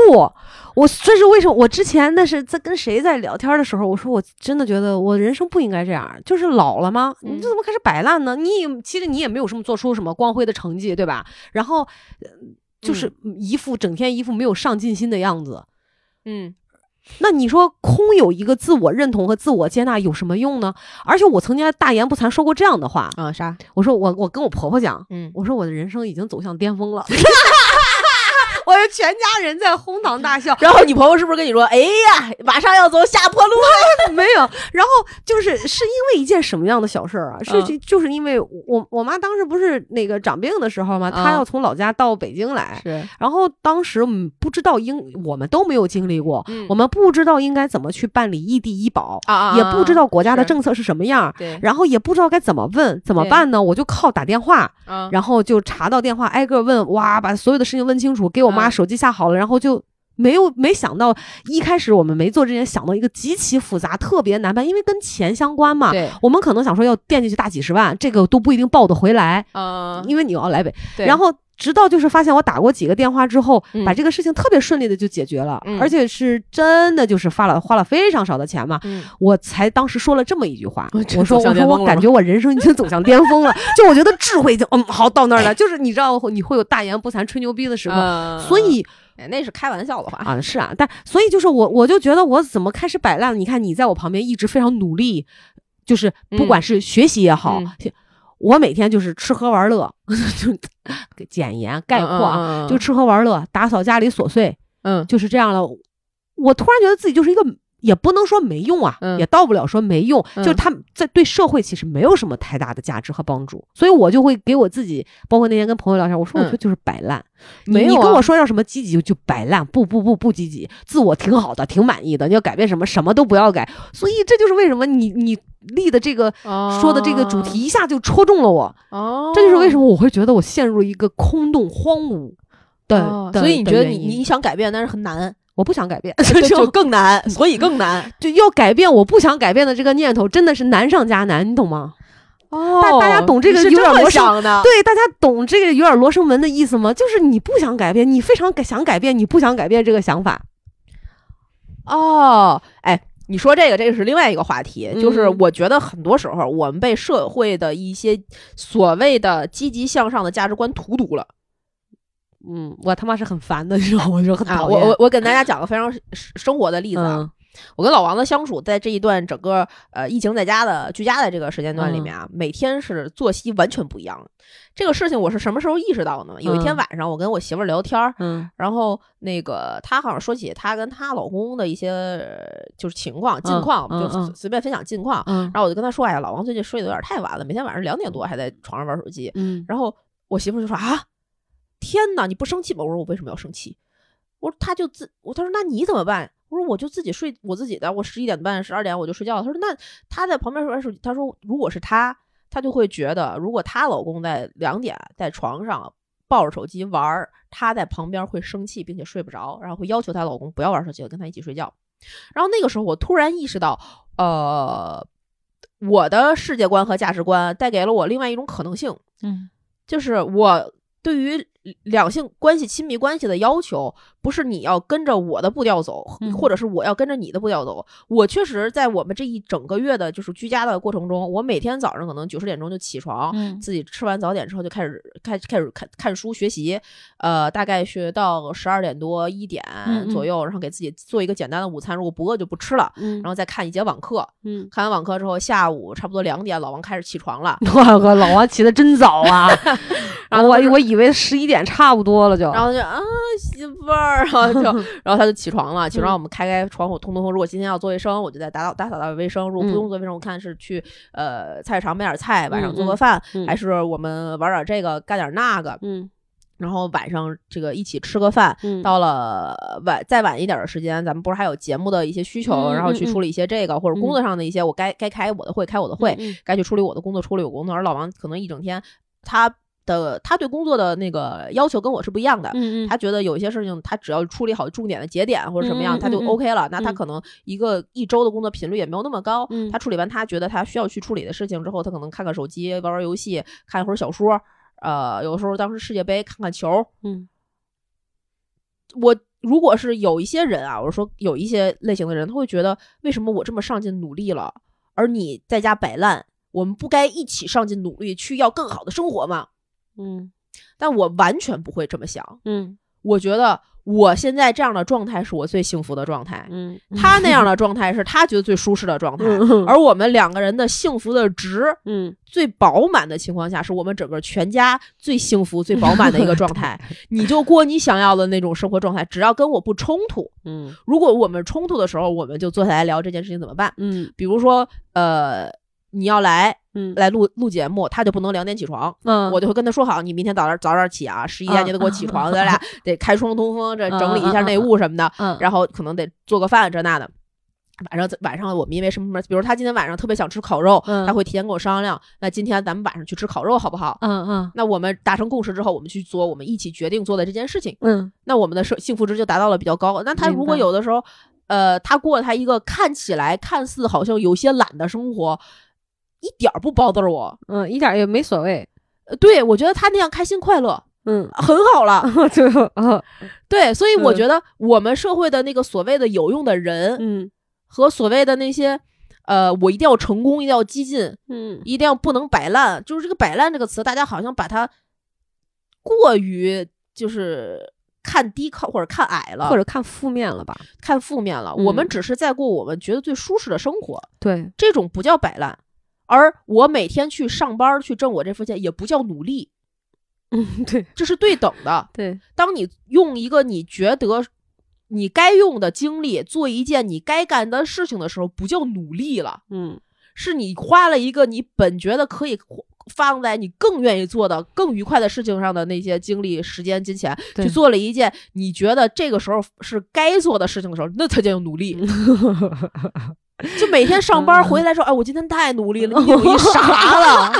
B: 我这是为什么？我之前那是在跟谁在聊天的时候，我说我真的觉得我人生不应该这样，就是老了吗？
A: 嗯
B: 你这怎么开始摆烂呢？你也其实你也没有什么做出什么光辉的成绩，对吧？然后呃就是一副整天一副没有上进心的样子。
A: 嗯，
B: 那你说空有一个自我认同和自我接纳有什么用呢？而且我曾经还大言不惭说过这样的话，
A: 啊啥？
B: 我说我我跟我婆婆讲，
A: 嗯，
B: 我说我的人生已经走向巅峰了， [laughs] 我的全家人在哄堂大笑，
A: 然后你朋友是不是跟你说，哎呀，马上要走下坡路了？
B: [laughs] 没有，然后就是是因为一件什么样的小事儿啊？是、
A: 嗯
B: 就是因为我我妈当时不是那个长病的时候嘛，她
A: 嗯
B: 要从老家到北京来，
A: 是，
B: 然后当时嗯不知道应我们都没有经历过，
A: 嗯
B: 我们不知道应该怎么去办理异地医保，
A: 啊啊，
B: 也不知道国家的
A: 是
B: 政策是什么样儿。
A: 对，
B: 然后也不知道该怎么问，怎么
A: 对
B: 办呢？我就靠打电话，
A: 啊
B: 然后就查到电话，挨个问，哇，把所有的事情问清楚，给我妈
A: 嗯
B: 手机下好了，然后就没有没想到，一开始我们没做之前想到一个极其复杂、特别难办，因为跟钱相关嘛。
A: 对，
B: 我们可能想说要垫进去大几十万，这个都不一定报得回来，
A: 啊，
B: 因为你要来北。
A: 对，
B: 然后直到就是发现我打过几个电话之后，
A: 嗯
B: 把这个事情特别顺利的就解决了，
A: 嗯
B: 而且是真的就是发了花了非常少的钱嘛。
A: 嗯，
B: 我才当时说了这么一句话，
A: 我
B: 我
A: 真
B: 说
A: 哦走向
B: 我说
A: 巅峰
B: 我
A: 了
B: 感
A: 吗
B: 觉我人生已经走向巅
A: [laughs]
B: 峰了，就我觉得智慧已经嗯好到
A: 哎
B: 那儿了，就是你知道你会有大言不惭吹牛逼的时候，
A: 嗯
B: 所以
A: 哎那是开玩笑的话，
B: 啊是啊，但所以就是我我就觉得我怎么开始摆烂了？你看你在我旁边一直非常努力，就是不
A: 嗯
B: 管是学习也好
A: 嗯，
B: 我每天就是吃喝玩乐， [laughs] 就简言概括啊，
A: 啊
B: 就吃喝玩乐，打扫家里琐碎，
A: 嗯
B: 就是这样了。我突然觉得自己就是一个，也不能说没用啊，
A: 嗯
B: 也到不了说没用，
A: 嗯
B: 就是他们在对社会其实没有什么太大的价值和帮助，所以我就会给我自己，包括那天跟朋友聊天，我说
A: 嗯
B: 我说就是摆烂，你
A: 没有
B: 你跟
A: 啊
B: 我说要什么积极就就摆烂，不不不不积极，自我挺好的，挺满意的，你要改变什么什么都不要改，所以这就是为什么你你立的这个。说的这个主题一下就戳中了我，
A: 哦，
B: 这就是为什么我会觉得我陷入一个空洞荒芜的。
A: 哦
B: 的
A: 所以你
B: 的
A: 觉得
B: 原
A: 你
B: 因
A: 你想改变，但是很难，
B: 我不想改变，
A: 就
B: [laughs] 就
A: 就更难，所以更难。
B: 就要改变我不想改变的这个念头，真的是难上加难，你懂吗？
A: 哦
B: 大大家懂这个
A: 是
B: 有点
A: 这么
B: 魔性
A: 想的，
B: 对，大家懂这个有点罗生门的意思吗？就是你不想改变，你非常想改变，你不想改变这个想法。
A: 哦，哎，你说这个，这个是另外一个话题。就是
B: 嗯
A: 我觉得很多时候我们被社会的一些所谓的积极向上的价值观荼毒了
B: 嗯，我他妈是很烦的，你知道吗？我就很
A: 啊！
B: 讨
A: 我
B: 厌。
A: 我我给大家讲个非常生生活的例子啊。
B: 嗯
A: 我跟老王的相处，在这一段整个呃疫情在家的居家的这个时间段
B: 嗯
A: 里面啊，每天是作息完全不一样的。这个事情我是什么时候意识到呢？有一天
B: 嗯
A: 晚上，我跟我媳妇儿聊天儿，
B: 嗯
A: 然后那个她好像说起她跟她老公的一些呃就是情况、近况，
B: 嗯
A: 就
B: 嗯
A: 随随便分享近况。
B: 嗯
A: 然后我就跟她说：“哎呀，老王最近睡得有点太晚了，每天晚上两点多还在床上玩手机。”
B: 嗯
A: 然后我媳妇儿就说啊，天哪，你不生气吗？我说我为什么要生气？我说他就自我，他说那你怎么办？我说我就自己睡我自己的，我十一点半、十二点我就睡觉了。他说那他在旁边玩手机，他说如果是他，他就会觉得如果她老公在两点在床上抱着手机玩儿，她在旁边会生气，并且睡不着，然后会要求她老公不要玩手机了，跟她一起睡觉。然后那个时候我突然意识到，呃，我的世界观和价值观带给了我另外一种可能性。
B: 嗯
A: 就是我对于两性关系、亲密关系的要求，不是你要跟着我的步调走，
B: 嗯
A: 或者是我要跟着你的步调走。我确实在我们这一整个月的就是居家的过程中，我每天早上可能九十点钟就起床，
B: 嗯
A: 自己吃完早点之后就开始开开始看看书学习，呃，大概学到十二点多一点
B: 嗯嗯
A: 左右，然后给自己做一个简单的午餐，如果不饿就不吃了，
B: 嗯
A: 然后再看一节网课。
B: 嗯，
A: 看完网课之后，下午差不多两点，老王开始起床了，
B: [laughs] 我靠，老王起的真早 [laughs] 啊！
A: 然后
B: 我
A: 就是
B: 我以为十一点差不多了就，
A: 然后就啊，媳妇儿，然后
B: [laughs]
A: 就，然后他就起床了。
B: 嗯
A: 起床，我们开开窗户通通风。如果今天要做卫生，我就在打扫打扫打扫卫生；
B: 嗯
A: 如果不用做卫生，我看是去呃菜市场买点菜，晚上做个饭，
B: 嗯嗯
A: 还是我们玩点这个干点那个，
B: 嗯
A: 然后晚上这个一起吃个饭。
B: 嗯
A: 到了晚再晚一点的时间，咱们不是还有节目的一些需求，
B: 嗯嗯
A: 然后去
B: 嗯
A: 处理一些这个、或者工
B: 嗯
A: 作上的一些，我该该开我的会开我的会，
B: 嗯
A: 该去处理我的工作处理我工作。而老王可能一整天他。的他对工作的那个要求跟我是不一样的，
B: 嗯嗯
A: 他觉得有一些事情，他只要处理好重点的节点或者什么样，
B: 嗯嗯
A: 他就
B: 嗯嗯
A: OK 了。那他
B: 嗯
A: 可能一个一周的工作频率也没有那么高。
B: 嗯
A: 他处理完他觉得他需要去处理的事情之后，他可能看看手机、玩玩游戏、看一会儿小说，呃，有时候当时世界杯看看球。
B: 嗯
A: 我如果是有一些人啊，我说有一些类型的人，他会觉得为什么我这么上进努力了，而你在家摆烂，我们不该一起上进努力去要更好的生活吗？
B: 嗯
A: 但我完全不会这么想。
B: 嗯
A: 我觉得我现在这样的状态是我最幸福的状态，
B: 嗯，
A: 他那样的状态是他觉得最舒适的状态，[laughs]
B: 嗯
A: 而我们两个人的幸福的值
B: 嗯
A: 最饱满的情况下，是我们整个全家最幸福、最饱满的一个状
B: [laughs]
A: 态。你就过你想要的那种生活状态，只要跟我不冲突。
B: 嗯
A: 如果我们冲突的时候，我们就坐下来聊这件事情怎么办。
B: 嗯
A: 比如说，呃，你要来
B: 嗯，
A: 来录录节目，他就不能两点起床。
B: 嗯
A: 我就会跟他说好，你明天早点早点起啊，十一点
B: 嗯
A: 就得给我起床，咱俩得开窗通风，这整理一下内务什么的，
B: 嗯
A: 然后可能得做个饭这那的。晚上晚上我们因为什么什么，比如他今天晚上特别想吃烤肉，
B: 嗯
A: 他会提前跟我商量，那今天咱们晚上去吃烤肉好不好？
B: 嗯嗯
A: 那我们达成共识之后，我们去做我们一起决定做的这件事情，
B: 嗯
A: 那我们的生幸福值就达到了比较高。那他
B: 明白
A: 如果有的时候，呃，他过他一个看起来看似好像有些懒的生活，一点儿不 bother 我，
B: 嗯，一点也没所谓。
A: 呃对我觉得他那样开心快乐，
B: 嗯，
A: 很好了。
B: 就啊
A: 对，所以我
B: 嗯
A: 觉得我们社会的那个所谓的有用的人
B: 嗯
A: 和所谓的那些。呃，我一定要成功，一定要激进，
B: 嗯
A: 一定要不能摆烂。就是这个“摆烂”这个词，大家好像把它过于就是看低看或者看矮了，
B: 或者看负面了吧？
A: 看负面了。
B: 嗯
A: 我们只是在过我们觉得最舒适的生活，
B: 对，
A: 这种不叫摆烂。而我每天去上班去挣我这份钱，也不叫努力，
B: 嗯对
A: 这是对等的。
B: 对，
A: 当你用一个你觉得你该用的精力做一件你该干的事情的时候，不叫努力了，
B: 嗯
A: 是你花了一个你本觉得可以放在你更愿意做的、更愉快的事情上的那些精力、时间、金钱，
B: 对
A: 去做了一件你觉得这个时候是该做的事情的时候，那才叫努力。就每天上班回来说，哎，我今天太努力了，你努力啥了？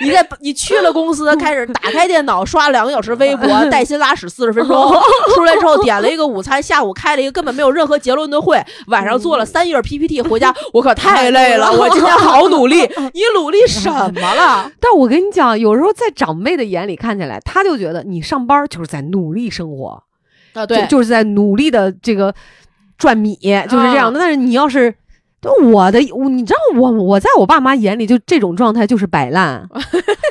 A: 你在你去了公司，开始打开电脑刷两个小时微博，带薪拉屎四十分钟，出来之后点了一个午餐，下午开了一个根本没有任何结论的会，晚上做了三页 PPT 回家，我可太累了，我今天好努 [laughs] 力，你努力什么了？
B: 但我跟你讲，有时候在长辈的眼里看起来，他就觉得你上班就是在努力生活，
A: 啊，
B: 就就是在努力的这个赚米，就是这样的。但是你要是就我的，我你知道我我在我爸妈眼里就这种状态就是摆 [laughs] 烂，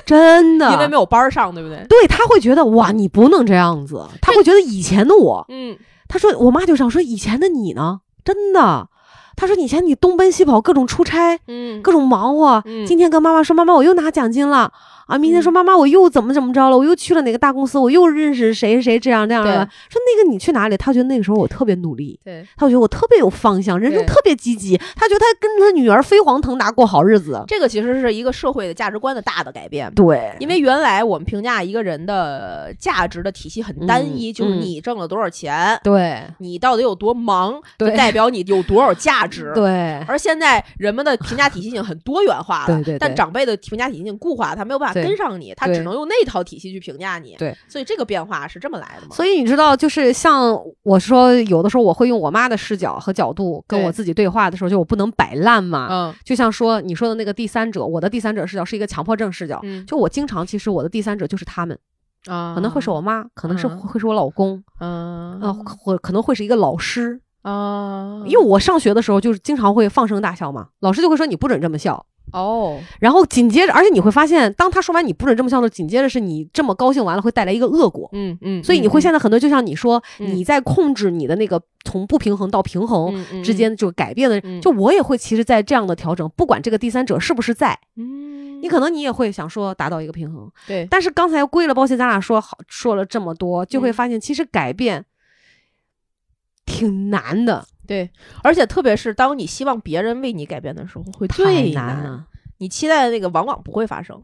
B: 真
A: 因为
B: 的
A: 没。有班儿上，对不对？
B: 对他会觉得哇，你不能这样子，他会觉得以前的我，
A: 嗯，
B: 他说我妈就这样说，以前的你呢，真的，他说以前你东奔西跑，各种出差，
A: 嗯
B: 各种忙活。
A: 嗯
B: 今天跟妈妈说，妈妈我又拿奖金了啊！明天说妈妈我又怎么怎么着了，我又去了哪个大公司，我又认识谁谁谁这样这样
A: 对
B: 的。说那个你去哪里？他觉得那个时候我特别努力，
A: 对，
B: 他觉得我特别有方向，人生
A: 对
B: 特别积极。他觉得他跟他女儿飞黄腾达过好日子。
A: 这个其实是一个社会的价值观的大的改变。
B: 对，
A: 因为原来我们评价一个人的价值的体系很单一，
B: 嗯
A: 就是
B: 嗯
A: 你挣了多少钱，
B: 对
A: 你到底有多忙，就
B: 对
A: 代表你有多少价 [laughs] 值。
B: 对
A: 而现在人们的评价体系已经很多元化了，
B: 对对对
A: 但长辈的评价体系已经固化，他没有办法
B: 对
A: 跟上你，他
B: 对
A: 只能用那套体系去评价你。
B: 对，
A: 所以这个变化是这么来的嘛？
B: 所以你知道，就是像我说，有的时候我会用我妈的视角和角度跟
A: 对
B: 我自己对话的时候，就我不能摆烂嘛。
A: 嗯
B: 就像说你说的那个第三者，我的第三者视角是一个强迫症视角。
A: 嗯
B: 就我经常，其实我的第三者就是他们，
A: 啊
B: 可能会是我妈，可能是
A: 嗯
B: 会是我老公，
A: 嗯
B: 呃，或可能会是一个老师，
A: 啊
B: 因为我上学的时候就是经常会放声大笑嘛，老师就会说你不准这么笑，
A: 哦
B: 然后紧接着，而且你会发现，当他说完你不准这么笑的时候，紧接着是你这么高兴完了会带来一个恶果，
A: 嗯嗯，
B: 所以你会
A: 像
B: 现在很多就像你说，
A: 嗯
B: 你在控制你的那个从不平衡到平衡。之间就改变的，
A: 嗯
B: 就我也会，其实，在这样的调整，不管这个第三者是不是在，
A: 嗯
B: 你可能你也会想说达到一个平衡，
A: 对
B: 但是刚才归了包歉，咱俩说好说了这么多，就会
A: 嗯
B: 发现其实改变挺难的，
A: 对，而且特别是当你希望别人为你改变的时候，会最
B: 太难了。
A: 你期待的那个往往不会发生。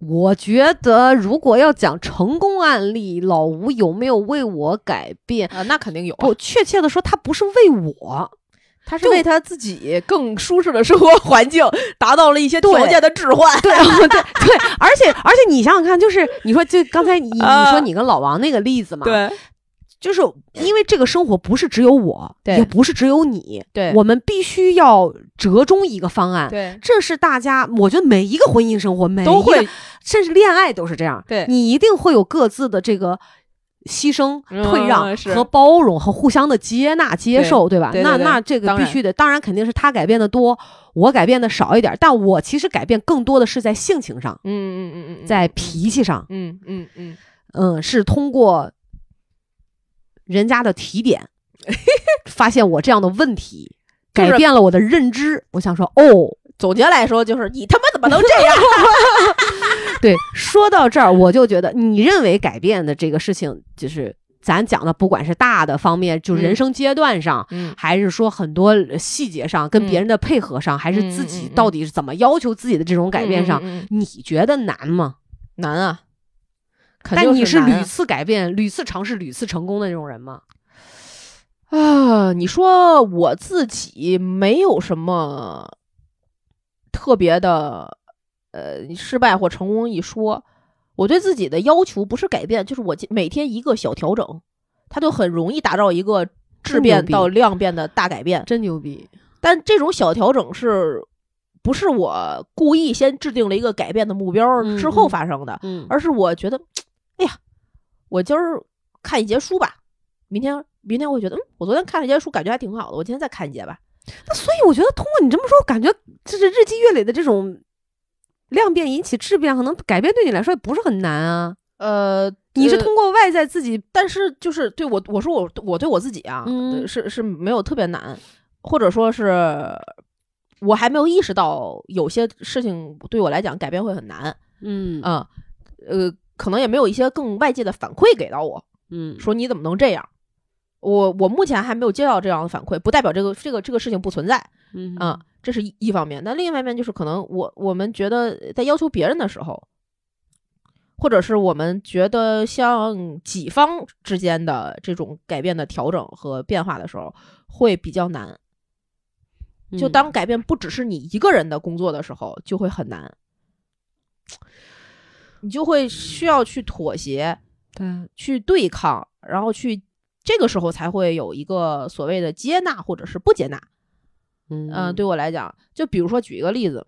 B: 我觉得如果要讲成功案例，老吴有没有为我改变？
A: 啊，那肯定有啊，
B: 不，确切的说，他不是为我，
A: 他是
B: 就
A: 为他自己更舒适的生活环境达到了一些条
B: 对
A: 件的置换。
B: [laughs] 对哦对对，而且而且你想想看，就是你说就刚才你你
A: 啊
B: 说你跟老王那个例子嘛，，
A: 对
B: 就是因为这个生活不是只有我，
A: 对
B: 也不是只有你，
A: 对
B: 我们必须要折中一个方案。
A: 对
B: 这是大家，我觉得每一个婚姻生活，每一
A: 都
B: 个
A: 会
B: 甚至恋爱都是这样。
A: 对
B: 你一定会有各自的这个牺牲、
A: 嗯
B: 退让
A: 是
B: 和包容和互相的接纳、接受，对吧？
A: 对对对
B: 那那这个
A: 当
B: 必
A: 然
B: 须得，当然肯定是他改变的多，我改变的少一点。但我其实改变更多的是在性情上，
A: 嗯嗯嗯嗯，
B: 在脾气上，
A: 嗯嗯嗯，
B: 嗯，是通过人家的
A: [laughs]
B: 提点发现我这样的问题。
A: 就是
B: 改变了我的认知，我想说，哦，
A: 总结来说就是你他妈怎么能这样？
B: 对，说到这儿，我就觉得你认为改变的这个事情，就是咱讲的，不管是大的方面，就人生阶段上。
A: 嗯
B: 还是说很多呃细节上跟别人的配合上，还是自
A: 嗯
B: 己到底是怎么要求自己的这种改变上，你觉得难吗？
A: 难啊，肯定
B: 但你
A: 是
B: 是
A: 难
B: 屡
A: 啊
B: 次改变、屡次尝试、屡次成功的那种人吗？
A: 啊，你说我自己没有什么特别的，呃，失败或成功一说。我对自己的要求不是改变，就是我每天一个小调整，它就很容易达到一个质
B: 真牛
A: 变
B: 逼
A: 到量变的大改变。
B: 真牛逼！
A: 但这种小调整是不是我故意先制定了一个改变的目标
B: 嗯
A: 之后发生的，
B: 嗯，
A: 而是我觉得，哎呀，我今儿看一节书吧，明天明天会觉得，嗯，我昨天看了一节书，感觉还挺好的，我今天再看一节吧。
B: 那所以我觉得通过你这么说，感觉就是日积月累的这种量变引起质变，可能改变对你来说也不是很难啊。
A: 呃，
B: 你是
A: 呃
B: 通过外在自己
A: 但是就是对我，我说我我对我自己啊，
B: 嗯
A: 对是是没有特别难，或者说是我还没有意识到有些事情对我来讲改变会很难，
B: 嗯
A: 嗯，呃，可能也没有一些更外界的反馈给到我，
B: 嗯
A: 说你怎么能这样？我我目前还没有接到这样的反馈，不代表这个这个这个事情不存在
B: 嗯
A: 啊、这是一一方面。那另外一方面就是，可能我我们觉得在要求别人的时候，或者是我们觉得像己方之间的这种改变的调整和变化的时候，会比较难。就
B: 嗯
A: 当改变不只是你一个人的工作的时候，就会很难，你就会需要去妥协，
B: 对
A: 去对抗，然后去这个时候才会有一个所谓的接纳或者是不接纳。
B: 嗯
A: 嗯、对我来讲，就比如说举一个例子，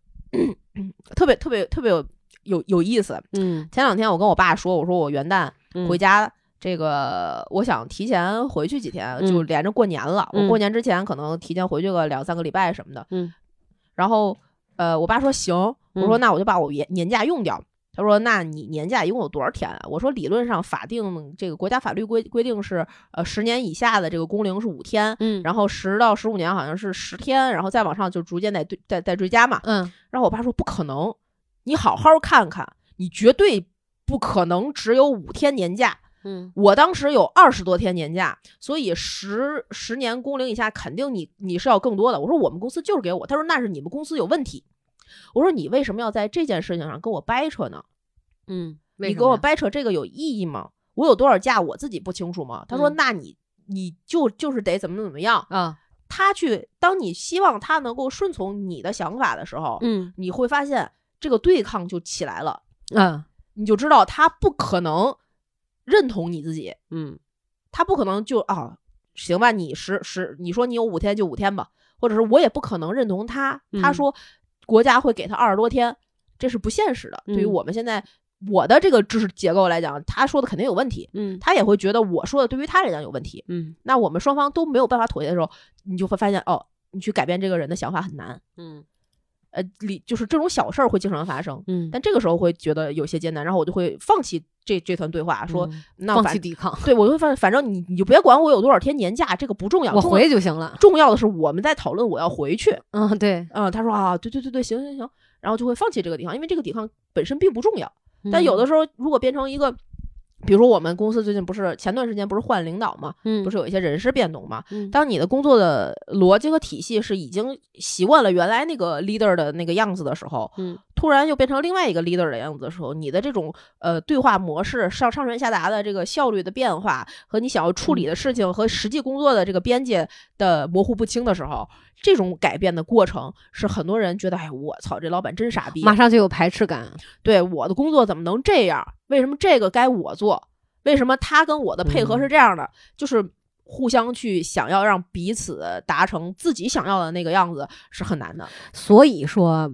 A: [clears throat] 特别特别特别有有有意思。
B: 嗯
A: 前两天我跟我爸说，我说我元旦
B: 嗯
A: 回家这个我想提前回去几天，
B: 嗯
A: 就连着过年了。
B: 嗯
A: 我过年之前可能提前回去个两三个礼拜什么的。
B: 嗯，
A: 然后呃，我爸说行，我说
B: 嗯
A: 那我就把我年年假用掉。他说：“那你年假一共有多少天啊？”我说：“理论上法定这个国家法律规规定是，呃，十年以下的这个工龄是五天，
B: 嗯
A: 然后十到十五年好像是十天，然后再往上就逐渐在对在在追加嘛。
B: 嗯
A: 然后我爸说不可能，你好好看看，你绝对不可能只有五天年假。
B: 嗯
A: 我当时有二十多天年假，所以十十年工龄以下肯定你你是要更多的。我说我们公司就是给我，他说那是你们公司有问题。我说你为什么要在这件事情上跟我掰扯呢？
B: 嗯，为
A: 你
B: 什
A: 给
B: 么
A: 我
B: 呀
A: 掰扯这个有意义吗？我有多少假我自己不清楚吗？他说
B: 嗯
A: 那你你就就是得怎么怎么样。
B: 啊，
A: 他去当你希望他能够顺从你的想法的时候，
B: 嗯
A: 你会发现这个对抗就起来了，
B: 啊，
A: 你就知道他不可能认同你自己，
B: 嗯
A: 他不可能就啊，行吧，你十十，你说你有五天就五天吧，或者是我也不可能认同他，他
B: 嗯
A: 说国家会给他二十多天，这是不现实的。对于
B: 嗯
A: 我们现在我的这个知识结构来讲，他说的肯定有问题。
B: 嗯
A: 他也会觉得我说的对于他来讲有问题，
B: 嗯
A: 那我们双方都没有办法妥协的时候，你就会发现哦，你去改变这个人的想法很难。
B: 嗯
A: 呃，理就是这种小事儿会经常发生，
B: 嗯，
A: 但这个时候会觉得有些艰难，然后我就会放弃这这团对话，说、
B: 嗯
A: 那
B: 放
A: 反
B: 弃抵抗，
A: 对我就会反反正你你就别管我有多少天年假，这个不重要，
B: 我
A: 重
B: 回去就行了。
A: 重要的是我们在讨论我要回去。
B: 嗯，对，
A: 嗯，他说啊，对对对对，行行行，然后就会放弃这个抵抗，因为这个抵抗本身并不重要。但有
B: 嗯
A: 的时候如果变成一个，比如说我们公司最近不是前段时间不是换领导嘛，
B: 嗯
A: 不是有一些人事变动嘛，
B: 嗯
A: 当你的工作的逻辑和体系是已经习惯了原来那个 leader 的那个样子的时候，
B: 嗯，
A: 突然又变成另外一个 leader 的样子的时候，你的这种呃对话模式、上上传下达的这个效率的变化和你想要处理的事情和实际工作的这个边界的模糊不清的时候，这种改变的过程是很多人觉得，哎，我操，这老板真傻逼，
B: 马上就有排斥感。
A: 对我的工作怎么能这样？为什么这个该我做？为什么他跟我的配合是这样的？就是互相去想要让彼此达成自己想要的那个样子是很难的。
B: 所以说，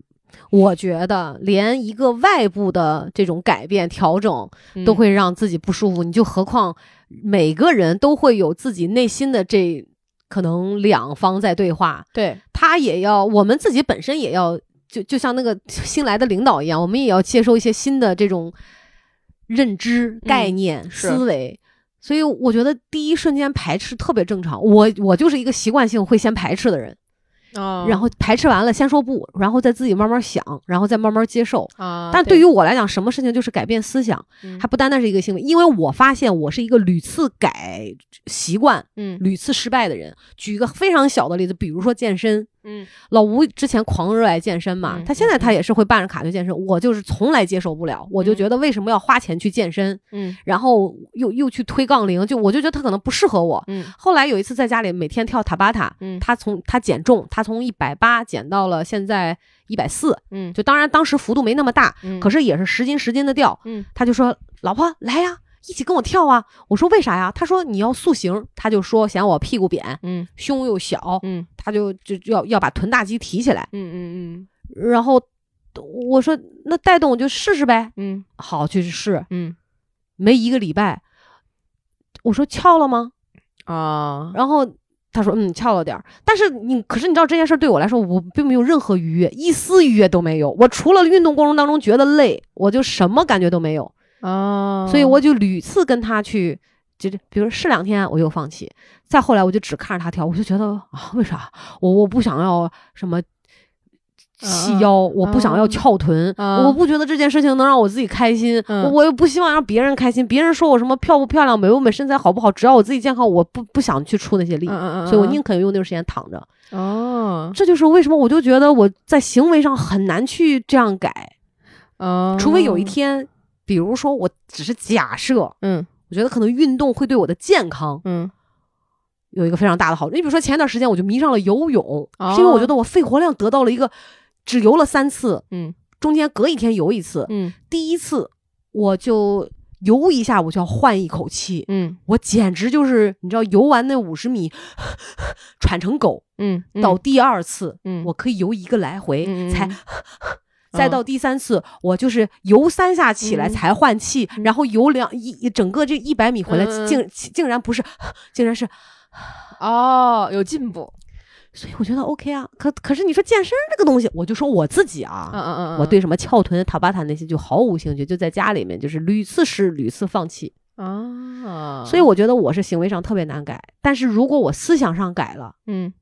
B: 我觉得连一个外部的这种改变调整
A: 嗯
B: 都会让自己不舒服，你就何况每个人都会有自己内心的这可能两方在对话，
A: 对
B: 他也要我们自己本身也要就就像那个新来的领导一样，我们也要接受一些新的这种认知、概念、
A: 是
B: 思维。所以我觉得第一瞬间排斥特别正常，我我就是一个习惯性会先排斥的人，
A: 啊
B: 然后排斥完了先说不，然后再自己慢慢想，然后再慢慢接受。
A: 啊，
B: 但对于我来讲，什么事情就是改变思想，
A: 嗯
B: 还不单单是一个行为，因为我发现我是一个屡次改习惯、
A: 嗯
B: 屡次失败的人。举一个非常小的例子，比如说健身，
A: 嗯
B: 老吴之前狂热爱健身嘛，
A: 嗯
B: 他现在他也是会办着卡去健身，我就是从来接受不了，我就
A: 嗯
B: 觉得为什么要花钱去健身，
A: 嗯
B: 然后又又去推杠铃，就我就觉得他可能不适合我。
A: 嗯
B: 后来有一次在家里每天跳塔巴塔，
A: 嗯
B: 他从他减重，他从一百八减到了现在一百四，
A: 嗯，
B: 就当然当时幅度没那么大，
A: 嗯
B: 可是也是十斤十斤的掉。
A: 嗯，
B: 他就说：“老婆，来呀，一起跟我跳啊！”我说：“为啥呀？”他说：“你要塑形。”他就说嫌我屁股扁，
A: 嗯
B: 胸又小，
A: 嗯
B: 他就就就要要把臀大肌提起来。
A: 嗯嗯
B: 然后我说：“那带动我就试试呗。
A: 嗯”
B: 好，去试，
A: 嗯
B: 没一个礼拜，我说翘了吗？
A: 嗯啊，
B: 然后他说：“嗯，翘了点儿。”但是你，可是你知道这件事对我来说，我并没有任何愉悦，一丝愉悦都没有。我除了运动过程当中觉得累，我就什么感觉都没有。
A: 啊，
B: 所以我就屡次跟他去，就是比如说试两天，我又放弃。再后来，我就只看着他跳，我就觉得啊，为啥我我不想要什么细腰，我不想要翘臀，
A: 嗯
B: 我不觉得这件事情能让我自己开心，
A: 嗯
B: 我我又不希望让别人开心。别人说我什么漂不漂亮、美不美、身材好不好，只要我自己健康，我不不想去出那些力。
A: 嗯嗯嗯，
B: 所以我宁肯用那种时间躺着，
A: 哦
B: 这就是为什么我就觉得我在行为上很难去这样改，
A: 哦，
B: 除非有一天，比如说我只是假设，
A: 嗯
B: 我觉得可能运动会对我的健康
A: 嗯
B: 有一个非常大的好处。你比如说前一段时间我就迷上了游泳，
A: 哦
B: 是因为我觉得我肺活量得到了一个，只游了三次，
A: 嗯
B: 中间隔一天游一次。
A: 嗯
B: 第一次我就游一下，我就要换一口气，
A: 嗯
B: 我简直就是你知道，游完那五十米 [laughs] 喘成狗。
A: 嗯，
B: 到第二次
A: 嗯
B: 我可以游一个来回
A: 嗯嗯
B: 才 [laughs]
A: 嗯
B: 再到第三次，我就是游三下起来
A: 嗯
B: 才换气，然后游两一一整个这一百米回来，
A: 嗯嗯
B: 竟竟然不是， [laughs] 竟然是，
A: 哦，有进步，
B: 所以我觉得 OK 啊。可可是你说健身这个东西，我就说我自己啊，
A: 嗯嗯嗯，
B: 我对什么翘臀、塔巴塔那些就毫无兴趣，就在家里面就是屡次试、屡次放弃。
A: 嗯啊，
B: 所以我觉得我是行为上特别难改，但是如果我思想上改了，
A: 嗯，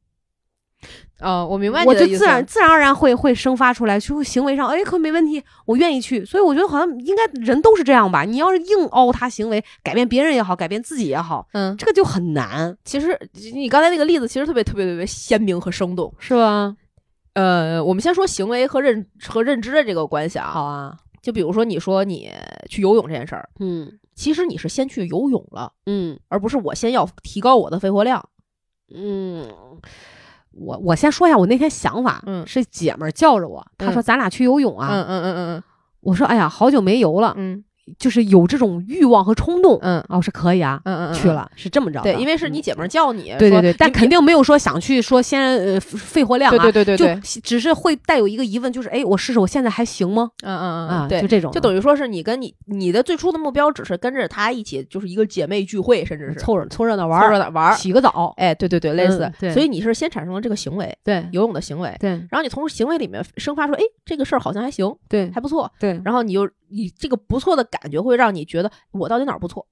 A: 哦，我明白
B: 我
A: 你
B: 就
A: 的意思，
B: 自然自然而然会会生发出来，就行为上哎可没问题，我愿意去。所以我觉得好像应该人都是这样吧。你要是硬凹他行为，改变别人也好，改变自己也好，
A: 嗯，
B: 这个就很难，
A: 其实你刚才那个例子其实特别特别特别鲜明和生动。
B: 是吧？
A: 呃，我们先说行为和认和认知的这个关系啊。
B: 好，啊，
A: 就比如说你说你去游泳这件事儿，
B: 嗯
A: 其实你是先去游泳了，
B: 嗯
A: 而不是我先要提高我的肺活量。
B: 嗯。我我先说一下我那天想法，
A: 嗯
B: 是姐们儿叫着我，她
A: 嗯
B: 说咱俩去游泳啊，
A: 嗯嗯嗯
B: 我说哎呀好久没游了，
A: 嗯
B: 就是有这种欲望和冲动，
A: 嗯
B: 啊，我说可以啊
A: 嗯，嗯嗯，
B: 去。了是这么着的，
A: 对，因为是你
B: 嗯
A: 姐们儿叫你，
B: 对对
A: 说
B: 对，但
A: 你
B: 肯定没有说想去说先呃肺活量啊，
A: 对对对对对，
B: 就只是会带有一个疑问，就是哎，我试试我现在还行吗？
A: 嗯嗯
B: 啊，
A: 嗯，对
B: 就。这种
A: 就等于说是你跟你你的最初的目标只是跟着他一起，就是一个姐妹聚会，甚至是
B: 凑热凑热闹玩
A: 凑热
B: 儿，
A: 闹玩儿。
B: 洗个澡，
A: 哎，对对对，类似
B: 嗯。对
A: 所以你是先产生了这个行为，
B: 对
A: 游泳的行为，
B: 对
A: 然后你从行为里面生发出，哎，这个事儿好像还行，
B: 对
A: 还不错。
B: 对，
A: 然后你就你这个不错的感觉会让你觉得我到底哪儿不错，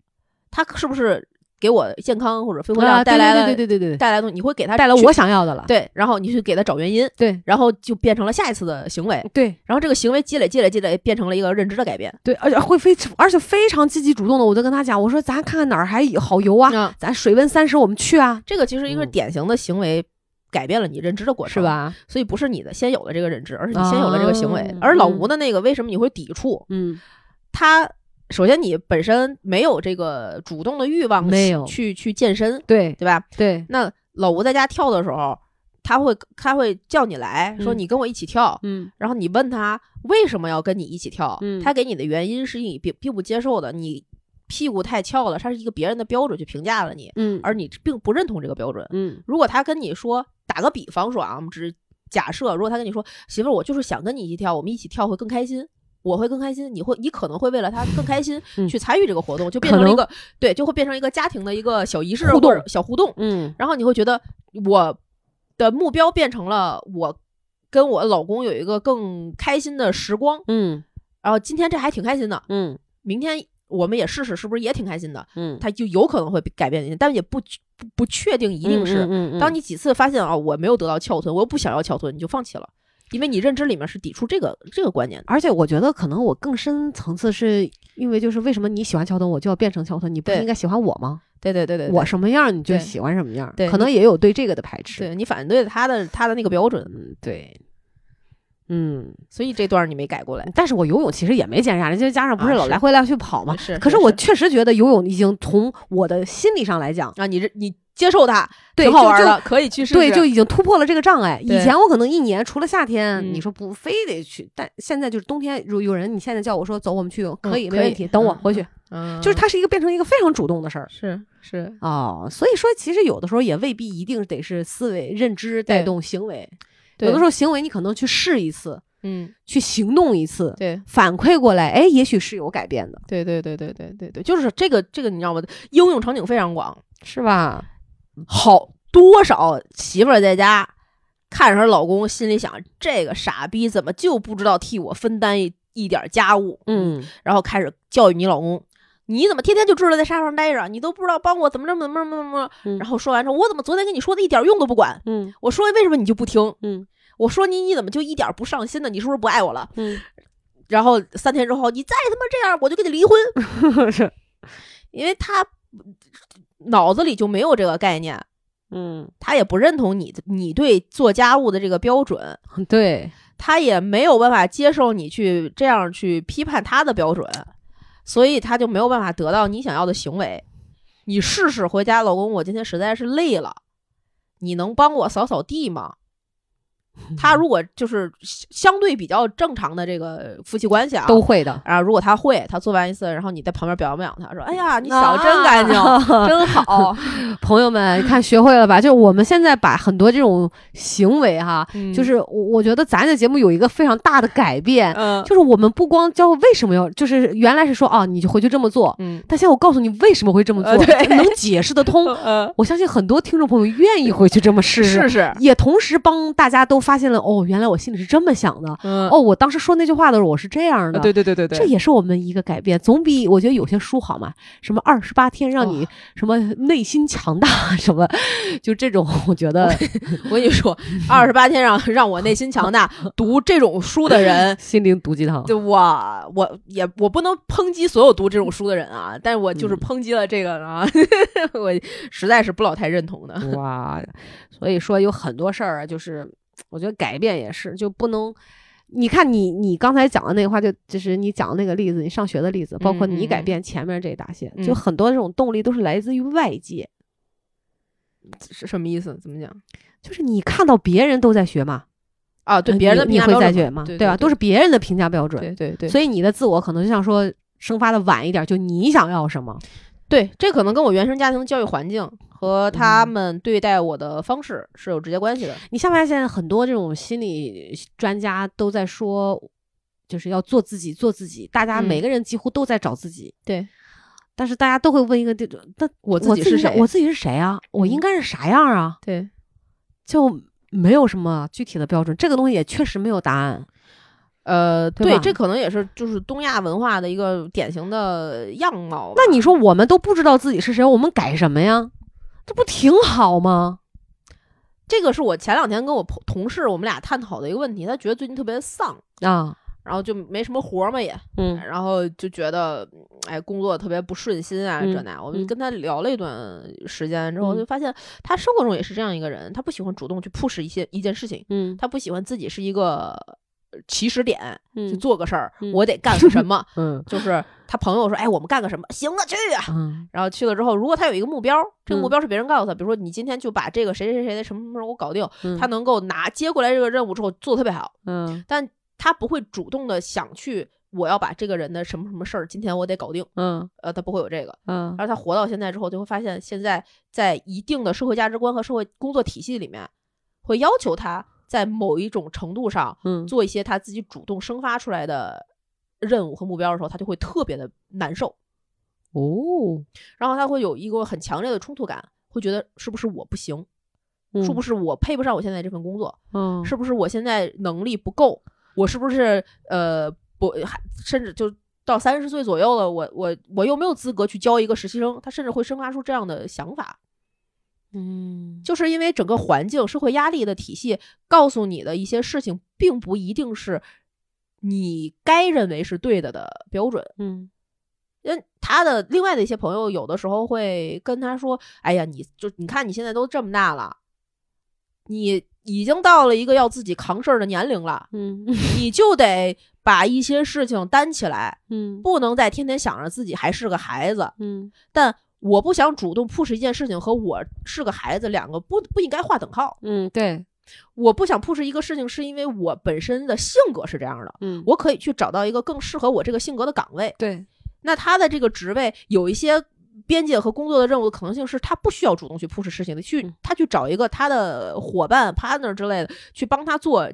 A: 它是不是给我健康或者肺活量
B: 啊，
A: 带来了、
B: 对对对对对对，
A: 带来的东西，你会给它
B: 带来
A: 去
B: 我想要的了，
A: 对，然后你去给它找原因，
B: 对嗯
A: 然后就变成了下一次的行为，
B: 对
A: 然后这个行为积累积累积累变成了一个认知的改变
B: 对，而且会非而且非常积极主动的，我就跟他讲，我说咱看看哪儿还好游啊，
A: 啊。
B: 咱水温三十我们去啊，
A: 这个其实一个
B: 嗯
A: 典型的行为。改变了你认知的过程，
B: 是？吧？
A: 所以不是你的先有的这个认知，而是你先有了这个行为。
B: 啊
A: 而老吴的那个为什么你会抵触？
B: 嗯
A: 他首先你本身没有这个主动的欲望去，
B: 没有
A: 去去健身，
B: 对
A: 对吧？
B: 对，
A: 那老吴在家跳的时候，他会他会叫你来说
B: 嗯
A: 你跟我一起跳，
B: 嗯
A: 然后你问他为什么要跟你一起跳，
B: 嗯
A: 他给你的原因是你并并不接受的，你屁股太翘了，他是一个别人的标准去评价了你，
B: 嗯
A: 而你并不认同这个标准。
B: 嗯
A: 如果他跟你说，打个比方说啊，我们只是假设，如果他跟你说媳妇儿，我就是想跟你一起跳，我们一起跳会更开心。我会更开心，你会，你可能会为了他更开心
B: 嗯
A: 去参与这个活动，就
B: 可
A: 变成了一
B: 能
A: 个对，就会变成一个家庭的一个小仪式
B: 互
A: 或者
B: 动
A: 小互动。
B: 嗯
A: 然后你会觉得我的目标变成了我跟我老公有一个更开心的时光，
B: 嗯
A: 然后今天这还挺开心的，
B: 嗯
A: 明天我们也试试是不是也挺开心的，
B: 嗯，
A: 他就有可能会改变你，但也不不不确定一
B: 一
A: 定是。
B: 嗯
A: 当你几次发现啊，我没有得到翘臀，我又不想要翘臀，你就放弃了，因为你认知里面是抵触这个这个观念的。
B: 而且我觉得可能我更深层次是因为就是为什么你喜欢乔顿，我就要变成乔顿，你不
A: 对
B: 应该喜欢我吗？
A: 对对对对，
B: 我什么样你就
A: 对
B: 喜欢什么样
A: 对，
B: 可能也有对这个的排斥。
A: 对你反对他的他的那个标准，
B: 嗯，对，嗯，
A: 所以这段你没改过来。
B: 但是我游泳其实也没减啥，再加上不是
A: 啊
B: 老
A: 是
B: 来回来去跑嘛。
A: 是
B: 可
A: 是
B: 是我
A: 是
B: 确实觉得游泳已经从我的心理上来讲，
A: 啊，你这你接受它，
B: 对
A: 挺好
B: 就
A: 玩
B: 就
A: 的，可以去试试。
B: 对，就已经突破了这个障碍。以
A: 对
B: 前我可能一年除了夏天，
A: 嗯
B: 你说不非得去，但现在就是冬天，如有人你现在叫我说走，我们去游泳，可
A: 嗯
B: 以，
A: 可
B: 没问
A: 以
B: 题，等我
A: 嗯
B: 回去，
A: 嗯
B: 就是它是一个变成一个非常主动的事儿。
A: 是是，
B: 哦，所以说其实有的时候也未必一定得是思维认知带
A: 对
B: 动行为，
A: 对
B: 有的时候行为你可能去试一次，
A: 嗯，
B: 去行动一次，
A: 对
B: 反馈过来，哎，也许是有改变的，
A: 对对对对对对对，就是这个这个，你知道吗？应用场景非常广，
B: 是吧？
A: 好多少媳妇儿在家看着她老公，心里想这个傻逼怎么就不知道替我分担一一点家务？，
B: 嗯，
A: 然后开始教育你老公。你怎么天天就知道在沙发上待着？你都不知道帮我怎么着怎么着怎么着？
B: 嗯
A: 然后说完之后，我怎么昨天跟你说的一点用都不管？
B: 嗯
A: 我说为什么你就不听？
B: 嗯
A: 我说你你怎么就一点不上心呢？你是不是不爱我了？
B: 嗯，
A: 然后三天之后，你再他妈这样，我就跟你离婚，
B: [laughs] 是，
A: 因为他脑子里就没有这个概念，
B: 嗯，
A: 他也不认同你你对做家务的这个标准，
B: [laughs] 对，
A: 他也没有办法接受你去这样去批判他的标准，所以他就没有办法得到你想要的行为。你试试回家，老公，我今天实在是累了，你能帮我扫扫地吗？他
B: 嗯
A: 如果就是相对比较正常的这个夫妻关系啊，
B: [laughs] 都会的。
A: 然后如果他会，他做完一次，然后你在旁边表扬表扬他，说：“哎呀，
B: 啊
A: 你嫂子真干净，
B: [laughs]
A: 真好。
B: [laughs] 朋友们，看学会了吧？就是我们现在把很多这种行为哈，
A: 嗯”
B: 就是我我觉得咱的节目有一个非常大的改 [laughs] 变，
A: 嗯
B: 就是我们不光教为什么要，就是原来是说啊，你就回去这么做，
A: 嗯
B: 但现在我告诉你为什么会这么做，
A: 呃对
B: 就能解释
A: [laughs]
B: 得通。
A: 呃，
B: 我相信很多听众朋友愿意回去这么试试，
A: 试试，
B: 也同时帮大家都发现了哦，原来我心里是这么想的，
A: 嗯呃
B: 哦，我当时说那句话的时候我是这样的。
A: 对对对对对，
B: 这也是我们一个改变，总比我觉得有些书好嘛，什么二十八天让
A: 哦
B: 你什么内心强大， [laughs] 什么就这种，我觉得
A: 我跟你说，二十八天让让我内心强大，读这种书的人。
B: 心灵毒鸡汤。
A: 就我，我也我不能抨击所有读这种书的人啊，但是我就是
B: 嗯
A: 抨击了这个啊， [laughs] 我实在是不老太认同的。 [laughs]
B: 哇，所以说有很多事儿啊，就是我觉得改变也是，就不能。你看你，你刚才讲的那个话，就就是你讲的那个例子，你上学的例子，包括
A: 嗯嗯
B: 你改
A: 嗯
B: 变前面这一大些，
A: 嗯
B: 就很多这种动力都是来自于外界，
A: 是什么意思？怎么讲
B: 就是你看到别人都在学嘛，
A: 啊？对
B: 呃
A: 别人的
B: 你
A: 评
B: 你
A: 价
B: 会
A: 标
B: 在
A: 准
B: 学嘛，
A: 对
B: 吧？都是别人的评价标准，
A: 对对对，
B: 所以你的自我可能就像说生发的晚一点，就你想要什么，
A: 对，这可能跟我原生家庭的教育环境和他
B: 嗯
A: 们对待我的方式是有直接关系的。
B: 你像不像现在很多这种心理专家都在说，就是要做自己，做自己，大家
A: 嗯
B: 每个人几乎都在找自己。
A: 对。
B: 但是大家都会问一个这种，但
A: 我
B: 我
A: 自己是谁？
B: 我自己是谁啊？我
A: 嗯
B: 应该是啥样啊？
A: 对，
B: 就没有什么具体的标准，这个东西也确实没有答案。
A: 呃，
B: 对
A: 对，
B: 吧
A: 这可能也是就是东亚文化的一个典型的样貌吧。
B: 那你说我们都不知道自己是谁，我们改什么呀？这不挺好吗？
A: 这个是我前两天跟我朋同事我们俩探讨的一个问题，他觉得最近特别丧，
B: 啊，
A: 然后就没什么活儿嘛也，
B: 嗯
A: 然后就觉得哎工作特别不顺心啊、
B: 嗯
A: 这那，我们
B: 嗯
A: 跟他聊了一段时间之后，
B: 嗯
A: 就发现他生活中也是这样一个人，他不喜欢主动去 push 一些一件事情。
B: 嗯，
A: 他不喜欢自己是一个呃起始点，就
B: 嗯
A: 做个事儿，
B: 嗯。
A: 我得干个什么
B: 嗯
A: 就是他朋友说，哎，我们干个什么？行了，去啊！
B: 嗯
A: 然后去了之后，如果他有一个目标，这个
B: 嗯
A: 目标是别人告诉他，比如说你今天就把这个谁谁谁的什么什么给我搞定，
B: 嗯，
A: 他能够拿接过来这个任务之后做的特别好，
B: 嗯
A: 但他不会主动的想去。我要把这个人的什么什么事儿，今天我得搞定，
B: 嗯
A: 呃，他不会有这个。
B: 嗯
A: 而他活到现在之后，就会发现，现在在一定的社会价值观和社会工作体系里面，会要求他在某一种程度上
B: 嗯，
A: 做一些他自己主动生发出来的任务和目标的时候，他就会特别的难受，
B: 哦，
A: 然后他会有一个很强烈的冲突感，会觉得是不是我不行，是不
B: 是？
A: 是我配不上我现在这份工作，
B: 嗯，
A: 是不是我现在能力不够，我是不是呃不还甚至就。到三十岁左右了，我我我又没有资格去教一个实习生，他甚至会生发出这样的想法。
B: 嗯，
A: 就是因为整个环境、社会压力的体系告诉你的一些事情，并不一定是你该认为是对的的标准。
B: 嗯
A: 因为他的另外的一些朋友，有的时候会跟他说：“哎呀，你就你看你现在都这么大了，你已经到了一个要自己扛事儿的年龄了，
B: 嗯
A: 你就得把一些事情担起来，
B: 嗯
A: 不能再天天想着自己还是个孩子。
B: 嗯
A: 但我不想主动 push 一件事情和我是个孩子两个不不应该划等号。”
B: 嗯，对，
A: 我不想 push 一个事情，是因为我本身的性格是这样的，
B: 嗯
A: 我可以去找到一个更适合我这个性格的岗位。
B: 对，
A: 那他的这个职位有一些边界和工作的任务的可能性是，他不需要主动去 push 事情的，去
B: 嗯
A: 他去找一个他的伙伴、partner 之类的去帮他做，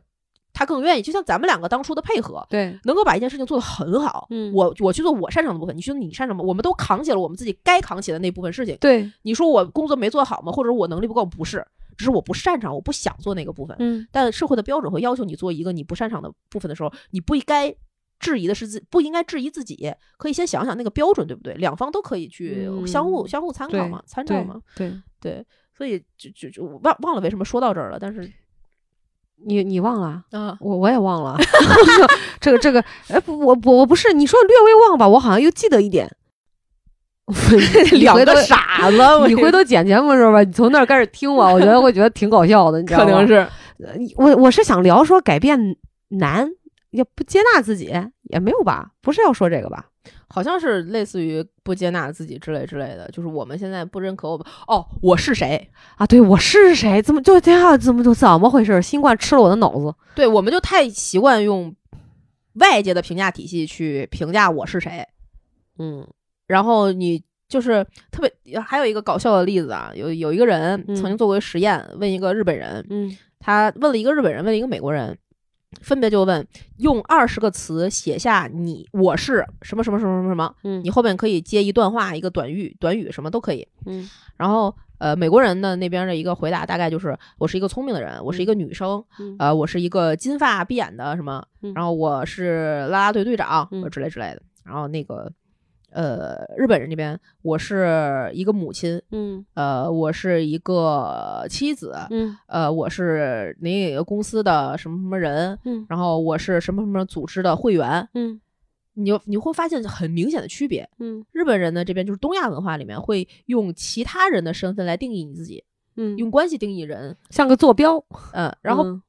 A: 他更愿意。就像咱们两个当初的配合，
B: 对，
A: 能够把一件事情做得很好。
B: 嗯
A: 我我去做我擅长的部分，你去做你擅长的，我们都扛起了我们自己该扛起的那部分事情。
B: 对，
A: 你说我工作没做好吗？或者我能力不够？不是，只是我不擅长，我不想做那个部分。
B: 嗯
A: 但社会的标准会要求你做一个你不擅长的部分的时候，你不应该质疑的是自，不应该质疑自己，可以先想想那个标准对不对，两方都可以去
B: 嗯
A: 相互、相互参考
B: 对
A: 嘛，参照
B: 对
A: 嘛，
B: 对，
A: 对。所以就就就我忘忘了为什么说到这儿了，但是
B: 你你忘了。
A: [laughs] 啊，
B: 我我也忘 [laughs] 了这个这个，哎不，我我我不是你说略微忘吧，我好像又记得一点。 [laughs]
A: [laughs]
B: 你
A: 两
B: 回头
A: 个 [laughs] 傻子，我
B: [laughs] 你回头剪节目的时候吧，你从那儿开始听我，我觉得会觉得挺搞笑的，你知道
A: 可
B: 吗？
A: 能是
B: 我我是想聊说改变难，也不接纳自己，也没有吧？不是要说这个吧？
A: [laughs] 好像是类似于不接纳自己之类之类的，就是我们现在不认可我们哦，我是谁？
B: 啊，对我是谁？怎么就这样？怎么就怎么回事？新冠吃了我的脑子。
A: 对，我们就太习惯用外界的评价体系去评价我是谁，
B: 嗯
A: 然后你就是特别还有一个搞笑的例子啊，有有一个人
B: 嗯
A: 曾经做过一个实验，问一个日本人，
B: 嗯
A: 他问了一个日本人，问了一个美国人，分别就问用二十个词写下你我是什么什么什么什么什么，
B: 嗯
A: 你后面可以接一段话、一个短语、短语什么都可以。
B: 嗯
A: 然后呃，美国人呢那边的一个回答大概就是我是一个聪明的人，我是一个女生，
B: 嗯
A: 呃，我是一个金发碧眼的什么
B: 嗯，
A: 然后我是啦啦队队长
B: 嗯
A: 呃之类之类的。然后那个呃日本人这边我是一个母亲，
B: 嗯
A: 呃，我是一个妻子，
B: 嗯
A: 呃，我是哪哪个公司的什么什么人，
B: 嗯
A: 然后我是什么什么组织的会员，
B: 嗯
A: 你就你会发现很明显的区别。
B: 嗯
A: 日本人呢，这边就是东亚文化里面会用其他人的身份来定义你自己，
B: 嗯，
A: 用关系定义人，
B: 像个坐标。
A: 嗯，然后、
B: 嗯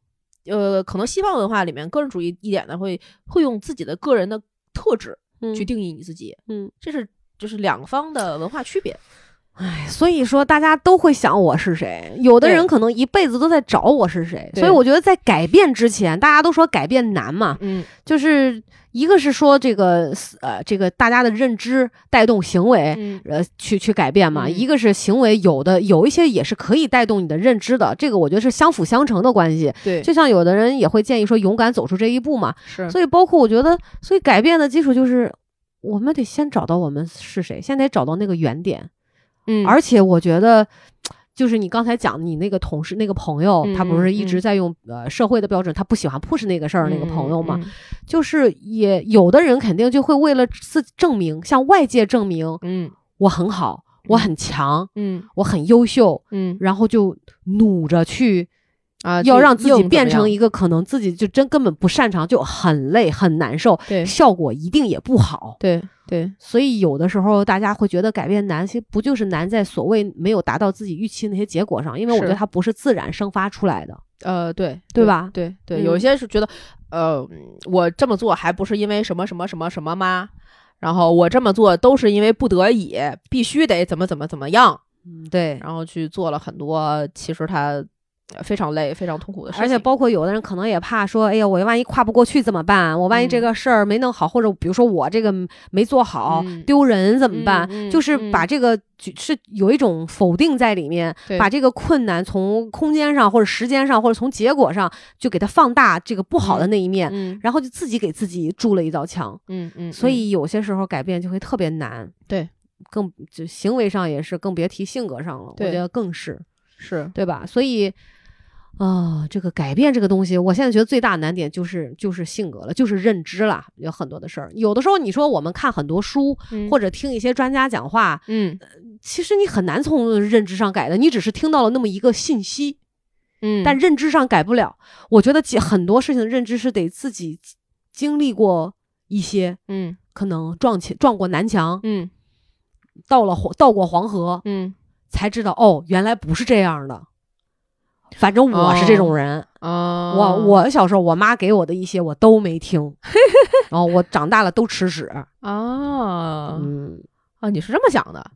A: 呃，可能西方文化里面个人主义一点的会会用自己的个人的特质去定义你自己，
B: 嗯，
A: 这是就是两方的文化区别。
B: 哎，所以说大家都会想我是谁，有的
A: 对
B: 人可能一辈子都在找我是谁，
A: 对
B: 所以我觉得在改变之前，大家都说改变难嘛，
A: 嗯，
B: 就是一个是说这个呃这个大家的认知带动行为。
A: 嗯
B: 呃，去去改变嘛，
A: 嗯
B: 一个是行为，有的有一些也是可以带动你的认知的，这个我觉得是相辅相成的关系。
A: 对，嗯
B: 就像有的人也会建议说勇敢走出这一步嘛，
A: 是
B: 所以包括我觉得，所以改变的基础就是我们得先找到我们是谁，先得找到那个原点，
A: 嗯
B: 而且我觉得，就是你刚才讲你那个同事那个朋友，他不
A: 嗯
B: 是一直在用、呃社会的标准，他不喜欢 push 那个事儿那个朋
A: 嗯
B: 友嘛，，就是也有的人肯定就会为了自证明，向外界证明
A: 嗯
B: 我很好，我很强，
A: 嗯
B: 我很优秀，
A: 嗯
B: 然后就努着去
A: 啊，
B: 要让自己变成
A: 一
B: 一个可能自己就真根本不擅长，就很累很难受，
A: 对
B: 效果一定也不好。
A: 对对，
B: 所以有的时候大家会觉得改变难，其实不就是难在所谓没有达到自己预期那些结果上，因为我
A: 是
B: 觉得它不是自然生发出来的。
A: 呃，对
B: 对吧
A: 对
B: 嗯
A: 对，有些是觉得，呃，我这么做还不是因为什么什么什么什么吗？然后我这么做都是因为不得已，必须得怎么怎么怎么样，
B: 嗯，对。
A: 然后去做了很多其实他呃非常累、非常痛苦的事情。
B: 而且包括有的人可能也怕说，哎呀，我万一跨不过去怎么办？我万一这
A: 嗯
B: 个事儿没弄好，或者比如说我这个没做好，
A: 嗯
B: 丢人怎么办？
A: 嗯嗯
B: 就是
A: 嗯
B: 把这个是有一种否定在里面，
A: 对
B: 把这个困难从空间上或者时间上或者从结果上就给它放大这个不好的那一面，
A: 嗯
B: 然后就自己给自己筑了一道墙。
A: 嗯嗯，
B: 所以有些时候改变就会特别难。
A: 对，
B: 更就行为上也是，更别提性格上了。我
A: 对
B: 觉得更是，
A: 是
B: 对吧？所以。啊、这个改变这个东西，我现在觉得最大难点就是就是性格了，就是认知了。有很多的事儿，有的时候你说我们看很多书、或
A: 者
B: 者听一些专家讲话，
A: 嗯
B: 其实你很难从认知上改的，你只是听到了那么一个信息，
A: 嗯，
B: 但认知上改不了。我觉得其很多事情的认知是得自己经历过一些，
A: 嗯
B: 可能撞起撞过南墙，
A: 嗯
B: 到了黄到过黄河，
A: 嗯
B: 才知道哦，原来不是这样的。反正我是这种人，
A: 啊，
B: 我我小时候我妈给我的一些我都没 [laughs] 听，然后我长大了都吃屎。
A: 啊
B: 嗯，
A: 啊，你是这么想的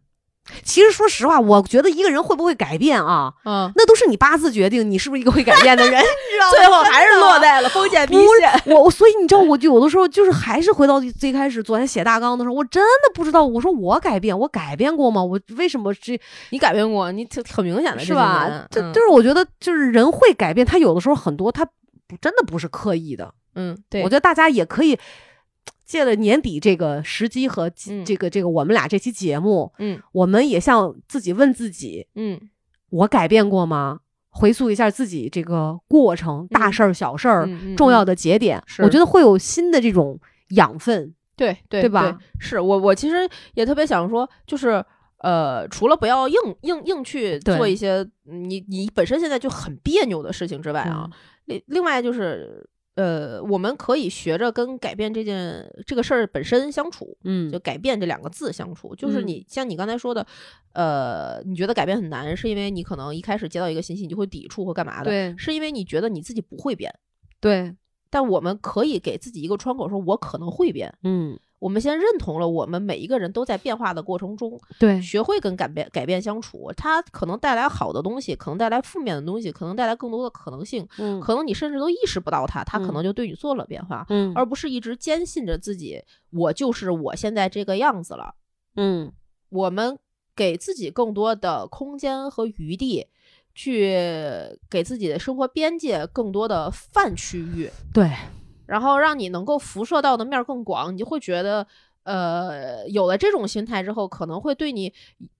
B: 其实说实话，我觉得一个人会不会改变啊，
A: 啊？
B: 那都是你八字决定，你是不是一个会改变的人， [laughs] 你知道吗？
A: 最后还是落在了封建迷
B: 不是
A: 信。
B: 我我所以你知道，我就有的时候就是还是回到最开始，昨天写大纲的时候，我真的不知道，我说我改变，我改变过吗？我为什么这
A: 你改变过，你挺很明显的，
B: 是
A: 这几年
B: 吧？这
A: 嗯
B: 就是我觉得，就是人会改变，他有的时候很多，他不真的不是刻意的。
A: 嗯，
B: 我
A: 对，
B: 觉得大家也可以借了年底这个时机和这
A: 嗯
B: 这个这个我们俩这期节目，
A: 嗯
B: 我们也向自己问自己：
A: 嗯
B: 我改变过吗？回溯一下自己这个过程，大事儿、小事儿、
A: 嗯
B: 重要
A: 的，
B: 的节点，
A: 是
B: 我觉得会有新的这种养分，
A: 对对
B: 对吧？？
A: 是我我其实也特别想说，就是呃，除了不要硬硬硬去
B: 对
A: 做一些你你本身现在就很别扭的事情之外
B: 嗯
A: 啊，另另外就是。呃，我们可以学着跟改变这件这个事儿本身相处，
B: 嗯，
A: 就改变这两个字相处。就是
B: 嗯
A: 你像你刚才说的，呃，你觉得改变很难，是因为你可能一开始接到一个信息，你就会抵触或干嘛的，
B: 对
A: 是因为你觉得你自己不会变。
B: 对，
A: 但我们可以给自己一个窗口，说我可能会变，
B: 嗯
A: 我们先认同了我们每一个人都在变化的过程中，
B: 对
A: 学会跟改变改变相处。它可能带来好的东西，可能带来负面的东西，可能带来更多的可能性，
B: 嗯
A: 可能你甚至都意识不到它，它可
B: 嗯
A: 能就对你做了变化，
B: 嗯
A: 而不是一直坚信着自己我就是我现在这个样子了。
B: 嗯
A: 我们给自己更多的空间和余地，去给自己的生活边界更多的泛区域，
B: 对，
A: 然后让你能够辐射到的面儿更广，你就会觉得，呃，有了这种心态之后，可能会对你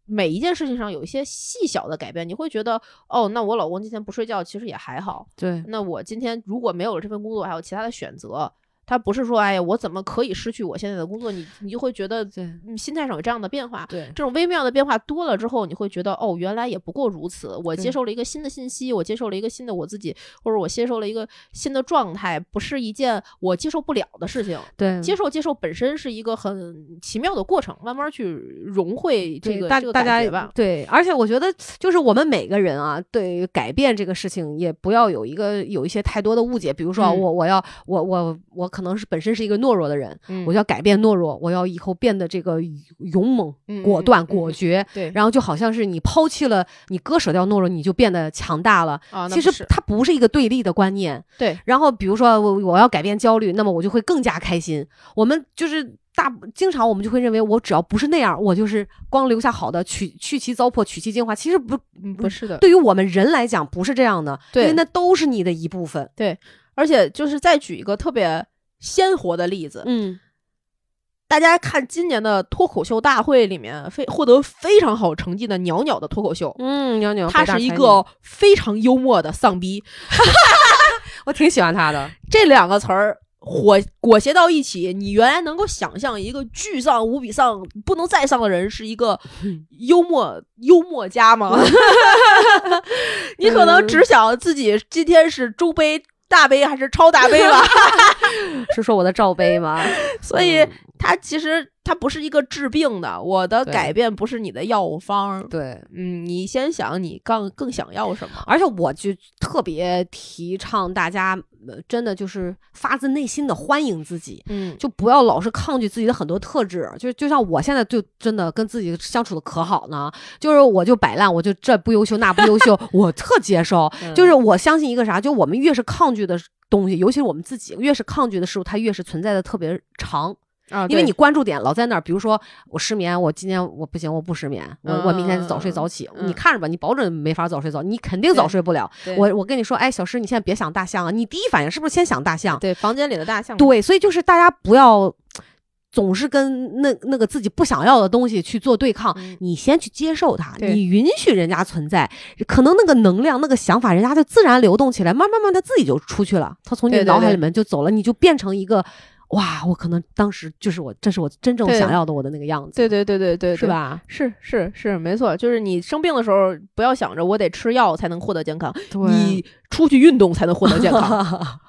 A: 每一件事情上有一些细小的改变。你会觉得，哦，那我老公今天不睡觉，其实也还好。
B: 对
A: 那我今天如果没有了这份工作，还有其他的选择。他不是说，哎呀，我怎么可以失去我现在的工作？你你就会觉得，
B: 对
A: 嗯，心态上有这样的变化。
B: 对
A: 这种微妙的变化多了之后，你会觉得哦，原来也不过如此。我
B: 对
A: 接受了一个新的信息，我接受了一个新的我自己，或者我接受了一个新的状态，不是一件我接受不了的事情。
B: 对，
A: 接受接受本身是一个很奇妙的过程，慢慢去融会这
B: 对
A: 个
B: 大
A: 这个
B: 大
A: 感
B: 家
A: 觉吧。
B: 对，而且我觉得就是我们每个人啊，对于改变这个事情，也不要有一个有一些太多的误解。比如说啊，
A: 嗯
B: 我我要我我我可能是本身是一个懦弱的人，
A: 嗯
B: 我就要改变懦弱，我要以后变得这个勇猛、
A: 嗯
B: 果
A: 嗯
B: 断、
A: 嗯
B: 果
A: 嗯
B: 决。
A: 对，
B: 然后就好像是你抛弃了，你割舍掉懦弱，你就变得强大了。
A: 啊，那
B: 其
A: 不
B: 实
A: 是
B: 它不是一个对立的观念。
A: 对。
B: 然后比如说我我要改变焦虑，那么我就会更加开心。我们就是大经常我们就会认为我只要不是那样，我就是光留下好的，取去其糟粕，取其精华。其实不，
A: 嗯不是的，
B: 对于我们人来讲不是这样的，因为
A: 对
B: 那都是你的一部分。
A: 而且就是再举一个特别鲜活的例子，
B: 嗯
A: 大家看今年的脱口秀大会里面非获得非常好成绩的袅袅的脱口秀，
B: 嗯，鸟鸟，
A: 他
B: 北大
A: 是一
B: 才
A: 个非常幽默的丧逼，
B: 女我挺喜欢他的。
A: 这两个词儿裹裹挟到一起，你原来能够想象一个巨丧无比丧、不能再丧的人是一个
B: 嗯
A: 幽默幽默家吗？ [laughs] 你可能只想自己今天是中杯、大杯还是超大杯吧，
B: [laughs] 是说我的罩杯吗？
A: 所以
B: 嗯
A: 它其实它不是一个治病的，我的
B: 对
A: 改变不是你的药方。
B: 对。
A: 嗯，你先想你更更想要什么？
B: 而且我就特别提倡大家，呃真的就是发自内心的欢迎自己，
A: 嗯，
B: 就不要老是抗拒自己的很多特质。就就像我现在就真的跟自己相处的可好呢，就是我就摆烂，我就这不优秀那不优秀，我特接受。
A: 嗯
B: [laughs] 就是我相信一个啥，就我们越是抗拒的东西，尤其是我们自己越是抗拒的事物，它越是存在的特别长。
A: 啊，
B: 因为
A: 对
B: 你关注点老在那儿，比如说我失眠，我今天我不行，我不失眠，我我明天
A: 嗯
B: 早睡早起，
A: 嗯
B: 你看着吧，你保准没法早睡早，你肯定早
A: 对
B: 睡不了。
A: 对
B: 我我跟你说，哎，小诗，你现在别想大象啊，你第一反应是不是先想大象？
A: 对房间里的大象，
B: 对，所以就是大家不要总是跟那那个自己不想要的东西去做对抗。
A: 嗯
B: 你先去接受它，
A: 对
B: 你允许人家存在，可能那个能量、那个想法，人家就自然流动起来，慢慢慢，他自己就出去了，他从你
A: 对对
B: 脑海
A: 对
B: 里面就走了，你就变成一个，哇，我可能当时就是我，这是我真正
A: 对
B: 想要的我的那个样子，
A: 对对对对对，
B: 是？吧？
A: 是是是，没错，就是你生病的时候，不要想着我得吃药才能获得健康， [laughs] 你出去运动才能获得健
B: [laughs]
A: 康，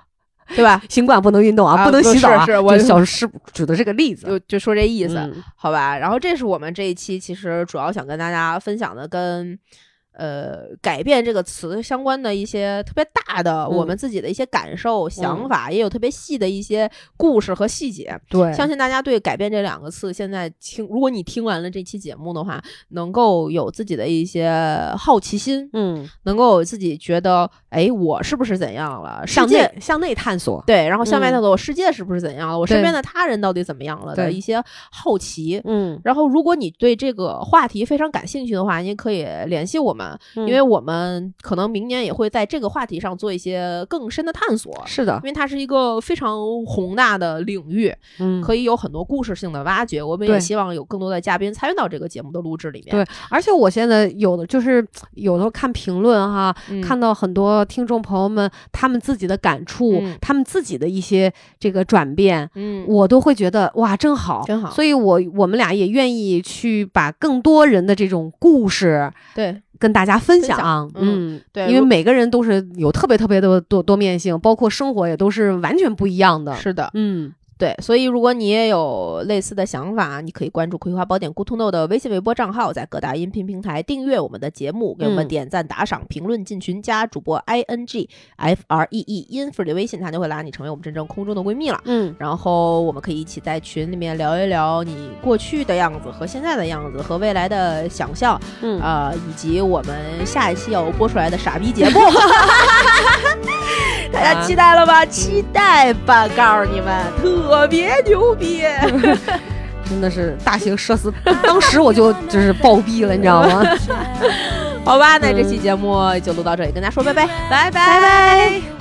A: 对吧？
B: 新冠不能运动啊，
A: 啊
B: 不能
A: 不
B: 洗澡啊，
A: 是是我
B: 就小诗举的这个例子，
A: 就就说这意思，
B: 嗯
A: 好吧？然后这是我们这一期其实主要想跟大家分享的跟。呃，改变这个词相关的一些特别大的，我
B: 嗯
A: 们自己的一些感受、想法，也有特别细的一些故事和细节。
B: 对，
A: 相信大家对“改变”这两个字，现在听，如果你听完了这期节目的话，能够有自己的一些好奇心，
B: 嗯，
A: 能够有自己觉得，哎，我是不是怎样了？世
B: 向
A: 界
B: 内向内探索，
A: 对，然后向外
B: 嗯
A: 探索，世界是不是怎样了？我身
B: 对
A: 边的他人到底怎么样了的
B: 对
A: 一些好奇。
B: 嗯，
A: 然后，如果你对这个话题非常感兴趣的话，您可以联系我们，
B: 因
A: 因为我们可能明年也会在这个话题上做一些更深的探索，
B: 是的
A: 因，为它是一个非常宏大的领域。
B: 嗯，
A: 可以有很多故事性的挖掘。我们也
B: 对
A: 希望有更多的嘉宾参与到这个节目的录制里面。
B: 对而且我现在有的就是有的时候看评论哈，
A: 嗯
B: 看到很多听众朋友们他们自己的感触，
A: 嗯
B: 他们自己的一些这个转变。
A: 嗯，
B: 我都会觉得哇，真好，
A: 真好
B: 所以我我们俩也愿意去把更多人的这种故事
A: 对
B: 跟大家分
A: 分享
B: 嗯，
A: 对
B: 因为
A: 如
B: 每个人都是有特别特别多多多面性，包括生活也都是完全不一样的。
A: 是的。
B: 嗯，
A: 对，所以如果你也有类似的想法，你可以关注《葵花宝典》咕兔豆的微信、微博账号，在各大音频平台订阅我们的节目，给我们
B: 嗯
A: 点赞、打赏、评论、进群、加主播 i n g f r e e in for 的微信，他就会拉你成为我们真正空中的闺蜜了。
B: 嗯，
A: 然后我们可以一起在群里面聊一聊你过去的样子和现在的样子和未来的想象，
B: 嗯，
A: 呃，以及我们下一期要播出来的傻逼节目，大家期待了吧？期待吧，告诉你们，特别牛逼！
B: 真的是大型社死，当时我就就是暴毙了，你知道吗？
A: 好吧，那这期节目就录到这里，跟大家说拜拜，拜拜。拜拜